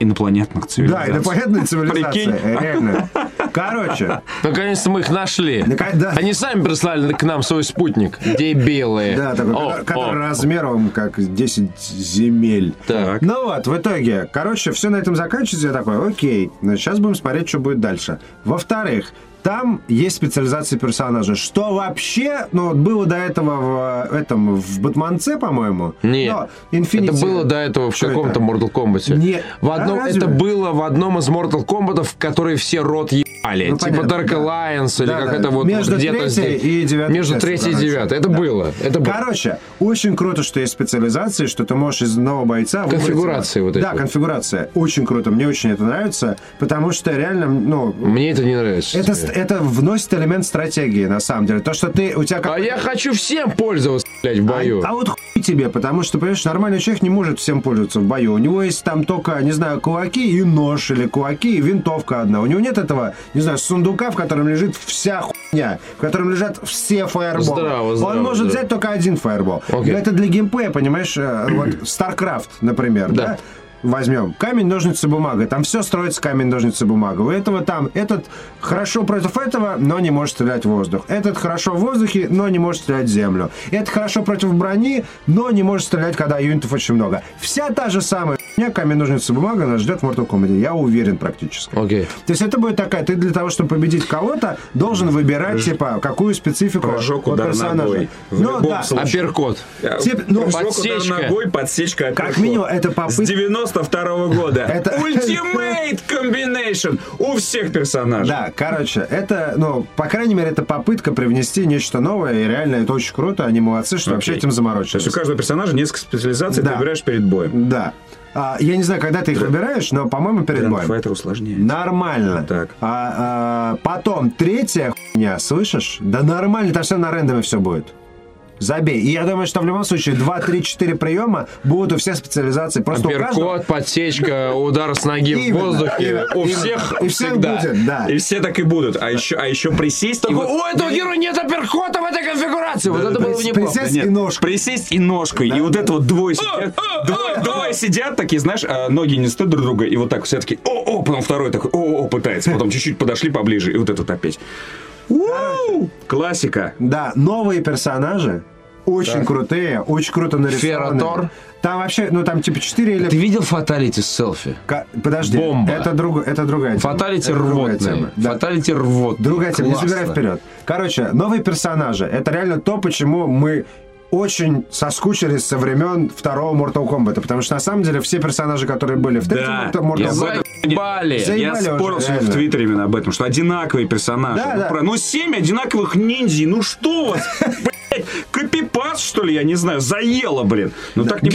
Speaker 2: инопланетных
Speaker 3: Да,
Speaker 2: цивилизаций.
Speaker 3: инопланетная цивилизация,
Speaker 2: Прикинь.
Speaker 3: реально. Короче,
Speaker 1: Наконец-то Ну, мы их нашли.
Speaker 3: Наконец- да.
Speaker 1: Они сами прислали к нам свой спутник. Дебилы.
Speaker 3: Да, такой,
Speaker 1: О,
Speaker 3: который- который
Speaker 1: о.
Speaker 3: размером как 10 земель.
Speaker 1: Так.
Speaker 3: Ну вот, в итоге, короче, все на этом заканчивается. Я такой, окей, сейчас будем смотреть, что будет дальше. Во-вторых, там есть специализация персонажа. Что вообще, ну вот было до этого в э, этом, в Батманце, по-моему?
Speaker 1: Нет.
Speaker 3: Но Infinity-
Speaker 1: Это было до этого в
Speaker 3: Что
Speaker 1: каком-то
Speaker 3: это?
Speaker 1: Mortal Kombat.
Speaker 3: Нет.
Speaker 1: В
Speaker 3: Да
Speaker 1: одном,
Speaker 3: разве?
Speaker 1: это было в одном из Mortal Kombat, в которые все рот ебали.
Speaker 3: Ну,
Speaker 1: типа
Speaker 3: понятно,
Speaker 1: Dark
Speaker 3: да.
Speaker 1: Alliance или
Speaker 3: Да,
Speaker 1: как
Speaker 3: да.
Speaker 1: это вот
Speaker 3: Между
Speaker 1: где-то
Speaker 3: третьей
Speaker 1: здесь.
Speaker 3: и девятой
Speaker 1: Между
Speaker 3: частью,
Speaker 1: третьей и
Speaker 3: короче.
Speaker 1: девятой. Это
Speaker 3: Да.
Speaker 1: было. Это было.
Speaker 3: Короче, очень круто, что есть специализации, что ты можешь из одного бойца... выбрать-
Speaker 1: Конфигурации вот эти
Speaker 3: Да,
Speaker 1: вот.
Speaker 3: конфигурация. Очень круто, мне очень это нравится, потому что реально, ну,
Speaker 1: Мне это не нравится.
Speaker 3: Это,
Speaker 1: теперь.
Speaker 3: это вносит элемент стратегии, на самом деле. То, что ты, у тебя как...
Speaker 1: А я хочу всем пользоваться, блядь, в
Speaker 3: А-
Speaker 1: бою.
Speaker 3: А, вот хуй тебе, потому что, понимаешь, нормальный человек не может всем пользоваться в бою. У него есть там только, не знаю, кулаки и нож, или кулаки и винтовка одна. У него нет этого, не знаю, сундука, в котором лежит вся хуйня, в котором лежат все фаерболы.
Speaker 1: Здраво, здраво,
Speaker 3: Он может
Speaker 1: здраво.
Speaker 3: взять только один фаербол.
Speaker 1: Окей.
Speaker 3: Но это для геймплея, понимаешь, э, вот StarCraft, например,
Speaker 1: Да.
Speaker 3: да? Возьмем камень, ножницы, бумага. Там все строится камень, ножницы, бумага. У этого там этот хорошо против этого, но не может стрелять в воздух. Этот хорошо в воздухе, но не может стрелять в землю. Этот хорошо против брони, но не может стрелять, когда юнитов очень много. Вся та же самая меня камень, ножницы, бумага нас ждет в Mortal Kombat. Я уверен практически.
Speaker 1: Окей.
Speaker 3: То есть это будет такая, ты для того, чтобы победить кого-то, должен выбирать, типа, какую специфику
Speaker 2: Прыжок,
Speaker 3: у
Speaker 2: удар ногой. В
Speaker 3: Ну
Speaker 2: любом
Speaker 3: да.
Speaker 1: а-
Speaker 2: случае.
Speaker 1: Апперкот.
Speaker 3: Тип- ну,
Speaker 2: Прыжок, удар
Speaker 1: подсечка.
Speaker 2: ногой, подсечка.
Speaker 3: Как
Speaker 2: апперкот.
Speaker 3: минимум, это
Speaker 2: С
Speaker 3: попытка...
Speaker 2: 92 года.
Speaker 3: Это-
Speaker 2: Ultimate Combination у всех персонажей.
Speaker 3: Да, короче, это, ну, по крайней мере, это попытка привнести нечто новое, и реально это очень круто, они молодцы, что вообще
Speaker 2: Окей.
Speaker 3: этим
Speaker 2: То есть у
Speaker 3: заморочились.
Speaker 2: каждого персонажа несколько специализаций
Speaker 3: Да.
Speaker 2: ты выбираешь перед боем.
Speaker 3: Да. А, я не знаю, когда ты их выбираешь, но, по-моему, перед боем.
Speaker 2: Файтеру сложнее.
Speaker 3: Нормально.
Speaker 2: Так.
Speaker 3: А, а, потом третья хуйня, слышишь? Да нормально, там все на рендоме все будет. Забей. И я думаю, что в любом случае 2, 3, 4 приема будут у всех специализаций. Просто у каждого...
Speaker 1: Апперкот, подсечка, удар с ноги в
Speaker 3: Именно,
Speaker 1: воздухе.
Speaker 3: именно,
Speaker 1: У
Speaker 3: именно.
Speaker 1: всех
Speaker 3: И всех
Speaker 1: всегда.
Speaker 3: будет, да.
Speaker 2: И все так и будут. А еще, а еще присесть
Speaker 1: Такой,
Speaker 2: и вот-
Speaker 1: у этого героя нет апперкота в этой конфигурации. Вот это было
Speaker 3: Прис-
Speaker 1: бы неплохо.
Speaker 3: Присесть и А, ножка.
Speaker 2: Присесть и ножкой. и вот это вот двое сидят. Двое, двое сидят такие, знаешь, а ноги не стоят друг друга. И вот так все таки о-о, потом второй такой о-о пытается. Потом чуть-чуть подошли поближе. И вот этот опять. Уу! Классика.
Speaker 3: Да, новые персонажи, очень крутые, очень круто нарисованные.
Speaker 1: Фератор.
Speaker 3: Там вообще, ну там типа 4 или...
Speaker 1: Ты видел фаталити с селфи?
Speaker 3: Ка- Подожди,
Speaker 1: Бомба.
Speaker 3: это, друг- это другая тема.
Speaker 1: Фаталити
Speaker 3: Это другая
Speaker 1: рвотные.
Speaker 3: тема, да.
Speaker 1: Фаталити рвотные.
Speaker 3: Другая тема, не
Speaker 1: Классно.
Speaker 3: забирай вперед. Короче, новые персонажи. Это реально то, почему мы очень соскучились со времен второго Mortal Kombat. Потому что на самом деле все персонажи, которые были в
Speaker 2: Да,
Speaker 3: третьем Mortal
Speaker 2: я
Speaker 3: Kombat,
Speaker 2: за-
Speaker 1: Заебали.
Speaker 3: Заебали
Speaker 2: Я
Speaker 3: уже,
Speaker 2: спорил сегодня в
Speaker 3: реально.
Speaker 2: Твиттере именно об этом, что одинаковые персонажи.
Speaker 3: Да,
Speaker 2: ну,
Speaker 3: да.
Speaker 2: про- ну, семь одинаковых ниндзя. Ну что у вас, блядь, копипаст, что ли, я не знаю, заело, блин. Ну так не...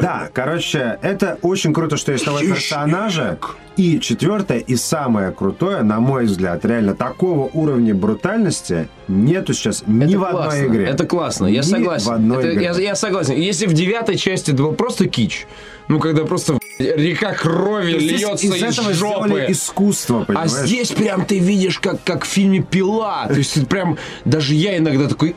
Speaker 3: Да, короче, это очень круто, что есть новые персонажи. И четвертое, и самое крутое, на мой взгляд, реально такого уровня брутальности нету сейчас ни
Speaker 1: Это
Speaker 3: в одной
Speaker 1: классно,
Speaker 3: игре.
Speaker 1: Это классно, я
Speaker 3: Ни
Speaker 1: согласен.
Speaker 3: в одной
Speaker 1: Это-
Speaker 3: игре.
Speaker 1: я, я согласен. Если в девятой части это был просто кич, ну когда просто блядь, река крови
Speaker 3: Здесь
Speaker 1: льется
Speaker 3: из
Speaker 1: из,
Speaker 3: этого
Speaker 1: жопы.
Speaker 3: сделали искусство,
Speaker 1: А
Speaker 3: понимаешь?
Speaker 1: здесь прям ты видишь, как, как в фильме «Пила». То есть это прям, даже я иногда такой...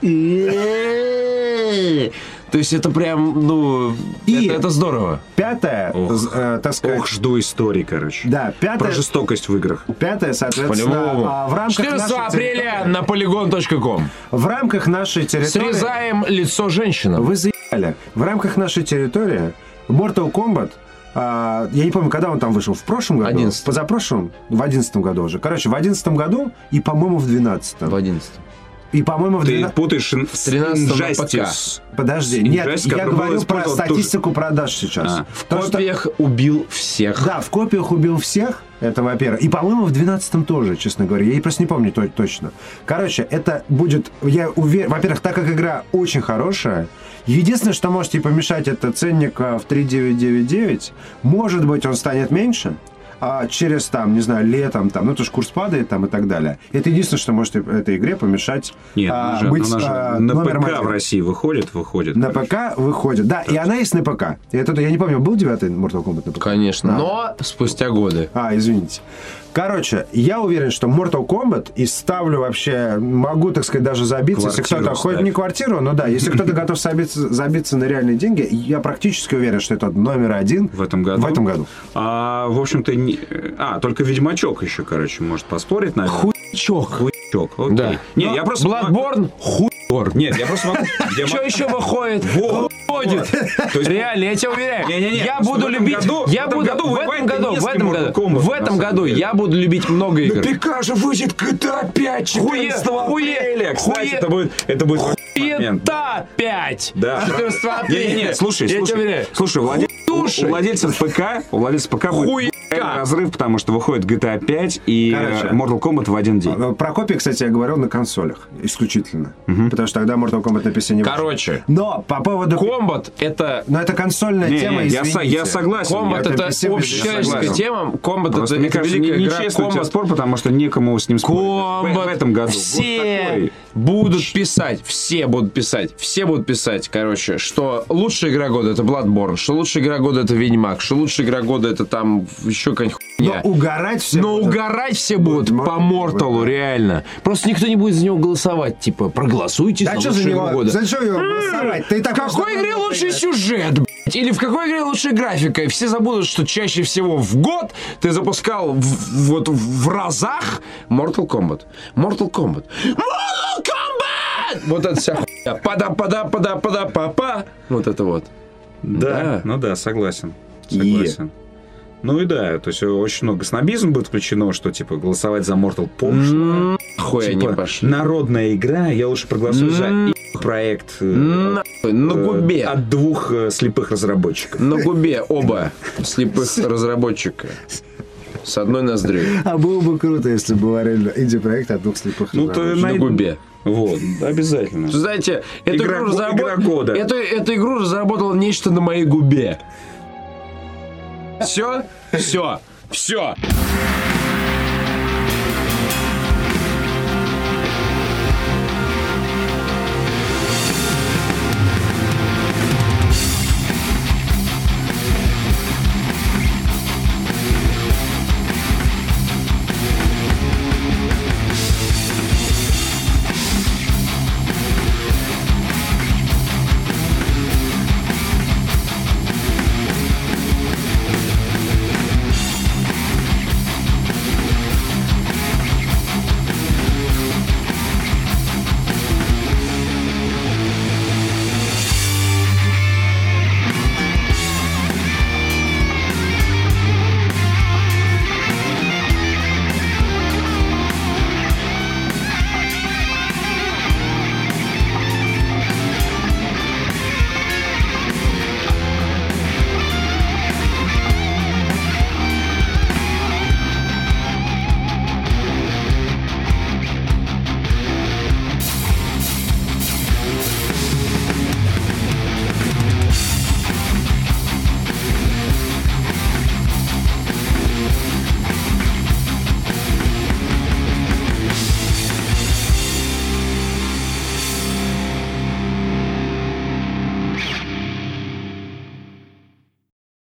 Speaker 1: «Э-э-э». То есть это прям, ну,
Speaker 3: И-
Speaker 1: это, это здорово.
Speaker 3: Пятое,
Speaker 2: Ох.
Speaker 3: э, так сказать...
Speaker 2: Ох, жду истории, короче.
Speaker 3: Да,
Speaker 2: Про
Speaker 3: пятое,
Speaker 2: жестокость в играх.
Speaker 1: По-любому.
Speaker 3: пятое соответственно, а, в рамках
Speaker 1: 14
Speaker 3: нашей
Speaker 1: апреля
Speaker 3: территории-
Speaker 1: на polygon.com.
Speaker 3: В рамках нашей территории...
Speaker 1: Срезаем лицо женщинам.
Speaker 3: Вы заебали. В рамках нашей территории Mortal Kombat, а, я не помню, когда он там вышел, в прошлом году?
Speaker 1: 11.
Speaker 3: Позапрошлом? В одиннадцатом году уже. Короче, в одиннадцатом году и, по-моему, в двенадцатом.
Speaker 1: В 11.
Speaker 3: И, по-моему, в
Speaker 2: Ты
Speaker 3: 12...
Speaker 2: путаешь ин- с
Speaker 5: 13 на
Speaker 2: Injustice.
Speaker 3: Подожди, нет,
Speaker 2: Инжесть,
Speaker 3: я
Speaker 2: который
Speaker 3: говорю
Speaker 2: был
Speaker 3: про
Speaker 2: использован тоже.
Speaker 3: статистику продаж сейчас.
Speaker 5: А, в
Speaker 3: То, что-
Speaker 5: копиях убил всех.
Speaker 3: Да, в копиях убил всех, это во-первых. И, по-моему, в 12-м тоже, честно говоря. Я и просто не помню то- точно. Короче, это будет, я уверен, во-первых, так как игра очень хорошая, единственное, что может ей помешать, это ценник а, в 3999. Может быть, он станет меньше, а через там, не знаю, летом, там, ну, то ж курс падает там и так далее. Это единственное, что может эп- этой игре помешать
Speaker 2: Нет,
Speaker 3: а,
Speaker 2: она же-
Speaker 3: быть
Speaker 2: она же
Speaker 3: а,
Speaker 2: на
Speaker 3: номером
Speaker 2: ПК в
Speaker 3: один.
Speaker 2: России выходит, выходит.
Speaker 3: На ПК выходит. Да, и она есть на ПК. Я, тут, я не помню, был девятый Mortal Kombat на ПК?
Speaker 1: Конечно. Но спустя годы.
Speaker 3: А, извините. Короче, я уверен, что Mortal Kombat и ставлю вообще, могу, так сказать, даже забиться, если
Speaker 2: Квартиру
Speaker 3: кто-то хоть
Speaker 2: ставь.
Speaker 3: не квартиру, но да, если кто-то готов забиться, забиться на реальные деньги, я практически уверен, что это номер один
Speaker 2: В этом году?
Speaker 3: В этом году.
Speaker 2: А, в общем-то, не... а, только Ведьмачок еще, короче, может поспорить на это.
Speaker 1: Хуйчок.
Speaker 2: Хуйчок, окей.
Speaker 1: Да.
Speaker 2: Не, я просто...
Speaker 1: Бладборн? Хуйор.
Speaker 2: Нет, я просто могу... я
Speaker 1: Что
Speaker 2: могу-
Speaker 1: еще выходит?
Speaker 2: Вот.
Speaker 1: Ходит.
Speaker 2: То есть- ну,
Speaker 1: Реально, я тебя уверяю.
Speaker 2: Не-не-не,
Speaker 1: я
Speaker 2: просто
Speaker 1: буду
Speaker 2: в этом
Speaker 1: любить.
Speaker 2: году-
Speaker 1: я
Speaker 2: в этом
Speaker 1: буду
Speaker 2: году
Speaker 1: в
Speaker 2: выбивает
Speaker 1: этом году, в
Speaker 2: низкий
Speaker 1: этом
Speaker 2: Mortal
Speaker 1: году,
Speaker 2: Kombat,
Speaker 1: в
Speaker 2: на
Speaker 1: этом
Speaker 2: самом
Speaker 1: году
Speaker 2: деле. Ну,
Speaker 1: я буду любить много игр.
Speaker 2: ПК же выйдет GTA 5
Speaker 1: Хуе-
Speaker 2: 14
Speaker 1: хуе-
Speaker 2: А апреля. Кстати,
Speaker 1: хуе-
Speaker 2: это будет... Это будет важный момент.
Speaker 1: Хуета 5!
Speaker 2: Да.
Speaker 1: 14 апреля.
Speaker 2: Не, не, не, слушай,
Speaker 1: Я тебя
Speaker 2: слушай,
Speaker 1: уверяю.
Speaker 2: слушай, владе-
Speaker 1: Хуй-туши.
Speaker 2: у владельцев ПК, у владельцев ПК
Speaker 1: Хуя.
Speaker 2: будет реально разрыв, потому что выходит GTA 5 и
Speaker 3: Короче.
Speaker 2: э, Mortal Kombat в один день.
Speaker 3: Э, Про копии, кстати, я говорил на консолях исключительно, потому что тогда Mortal Kombat на PC не вышел.
Speaker 1: Короче,
Speaker 3: Но по поводу...
Speaker 1: комбат это...
Speaker 3: Но это консольная
Speaker 2: Не,
Speaker 3: тема,
Speaker 2: не, я, со- я
Speaker 3: извините.
Speaker 2: согласен.
Speaker 1: Комбат
Speaker 2: я-
Speaker 1: это
Speaker 3: это PC, я
Speaker 1: общечеловеческая
Speaker 2: согласен.
Speaker 1: тема. Комбат это,
Speaker 2: Просто, мне
Speaker 1: это
Speaker 2: кажется,
Speaker 1: великая
Speaker 2: не-
Speaker 1: игра.
Speaker 2: нечестно у тебя
Speaker 1: Комбат
Speaker 2: спор, потому что некому с ним спорить. В-
Speaker 1: Комбат.
Speaker 2: В этом году. Вот
Speaker 1: Все
Speaker 2: такой.
Speaker 1: будут писать, все будут писать, все будут писать, короче, что лучшая игра года это Bloodborne, что лучшая игра года это Ведьмак, что лучшая игра года это там еще какая-нибудь
Speaker 3: Но
Speaker 1: хуйня.
Speaker 3: угорать все
Speaker 1: Но
Speaker 3: будут.
Speaker 1: угорать все будут
Speaker 3: Мортал
Speaker 1: по Морталу,
Speaker 3: Kombat, да.
Speaker 1: реально. Просто никто не будет за него голосовать, типа, проголосуйте
Speaker 3: Да
Speaker 1: за лучшую
Speaker 3: что А за
Speaker 1: игру
Speaker 3: него?
Speaker 1: года.
Speaker 3: За что его голосовать? Ты и так
Speaker 1: В какой
Speaker 3: просто
Speaker 1: игре
Speaker 3: на него
Speaker 1: лучший
Speaker 3: играешь.
Speaker 1: сюжет, блядь? Или в какой игре лучшая графика? И все забудут, что чаще всего в год ты запускал в- вот в разах Mortal Kombat. Mortal Kombat. Mortal Kombat! Вот это вся хуйня. Пада, пада, пада, пада, папа. Вот это вот.
Speaker 2: Да,
Speaker 1: Да.
Speaker 2: ну да, согласен. Согласен. Ну и да, то есть очень много снобизм будет включено, что типа голосовать за Mortal пошло.
Speaker 1: Хуя
Speaker 2: Типа,
Speaker 1: не пошли.
Speaker 2: народная игра, я лучше проголосую за их проект э,
Speaker 1: Нахуй, на
Speaker 2: э,
Speaker 1: губе.
Speaker 2: от двух э, слепых разработчиков.
Speaker 1: На губе оба слепых разработчика. С одной ноздрю.
Speaker 3: А было бы круто, если бы была реально инди-проект от двух слепых.
Speaker 2: Ну, ты
Speaker 3: разработчиков.
Speaker 1: На
Speaker 2: най-
Speaker 1: губе.
Speaker 2: Вот, обязательно.
Speaker 1: Знаете, эту
Speaker 2: Игра
Speaker 1: игру,
Speaker 2: го-
Speaker 1: разработ-
Speaker 2: игра года.
Speaker 1: Эту, эту игру разработало нечто на моей губе. Все? Все. Все.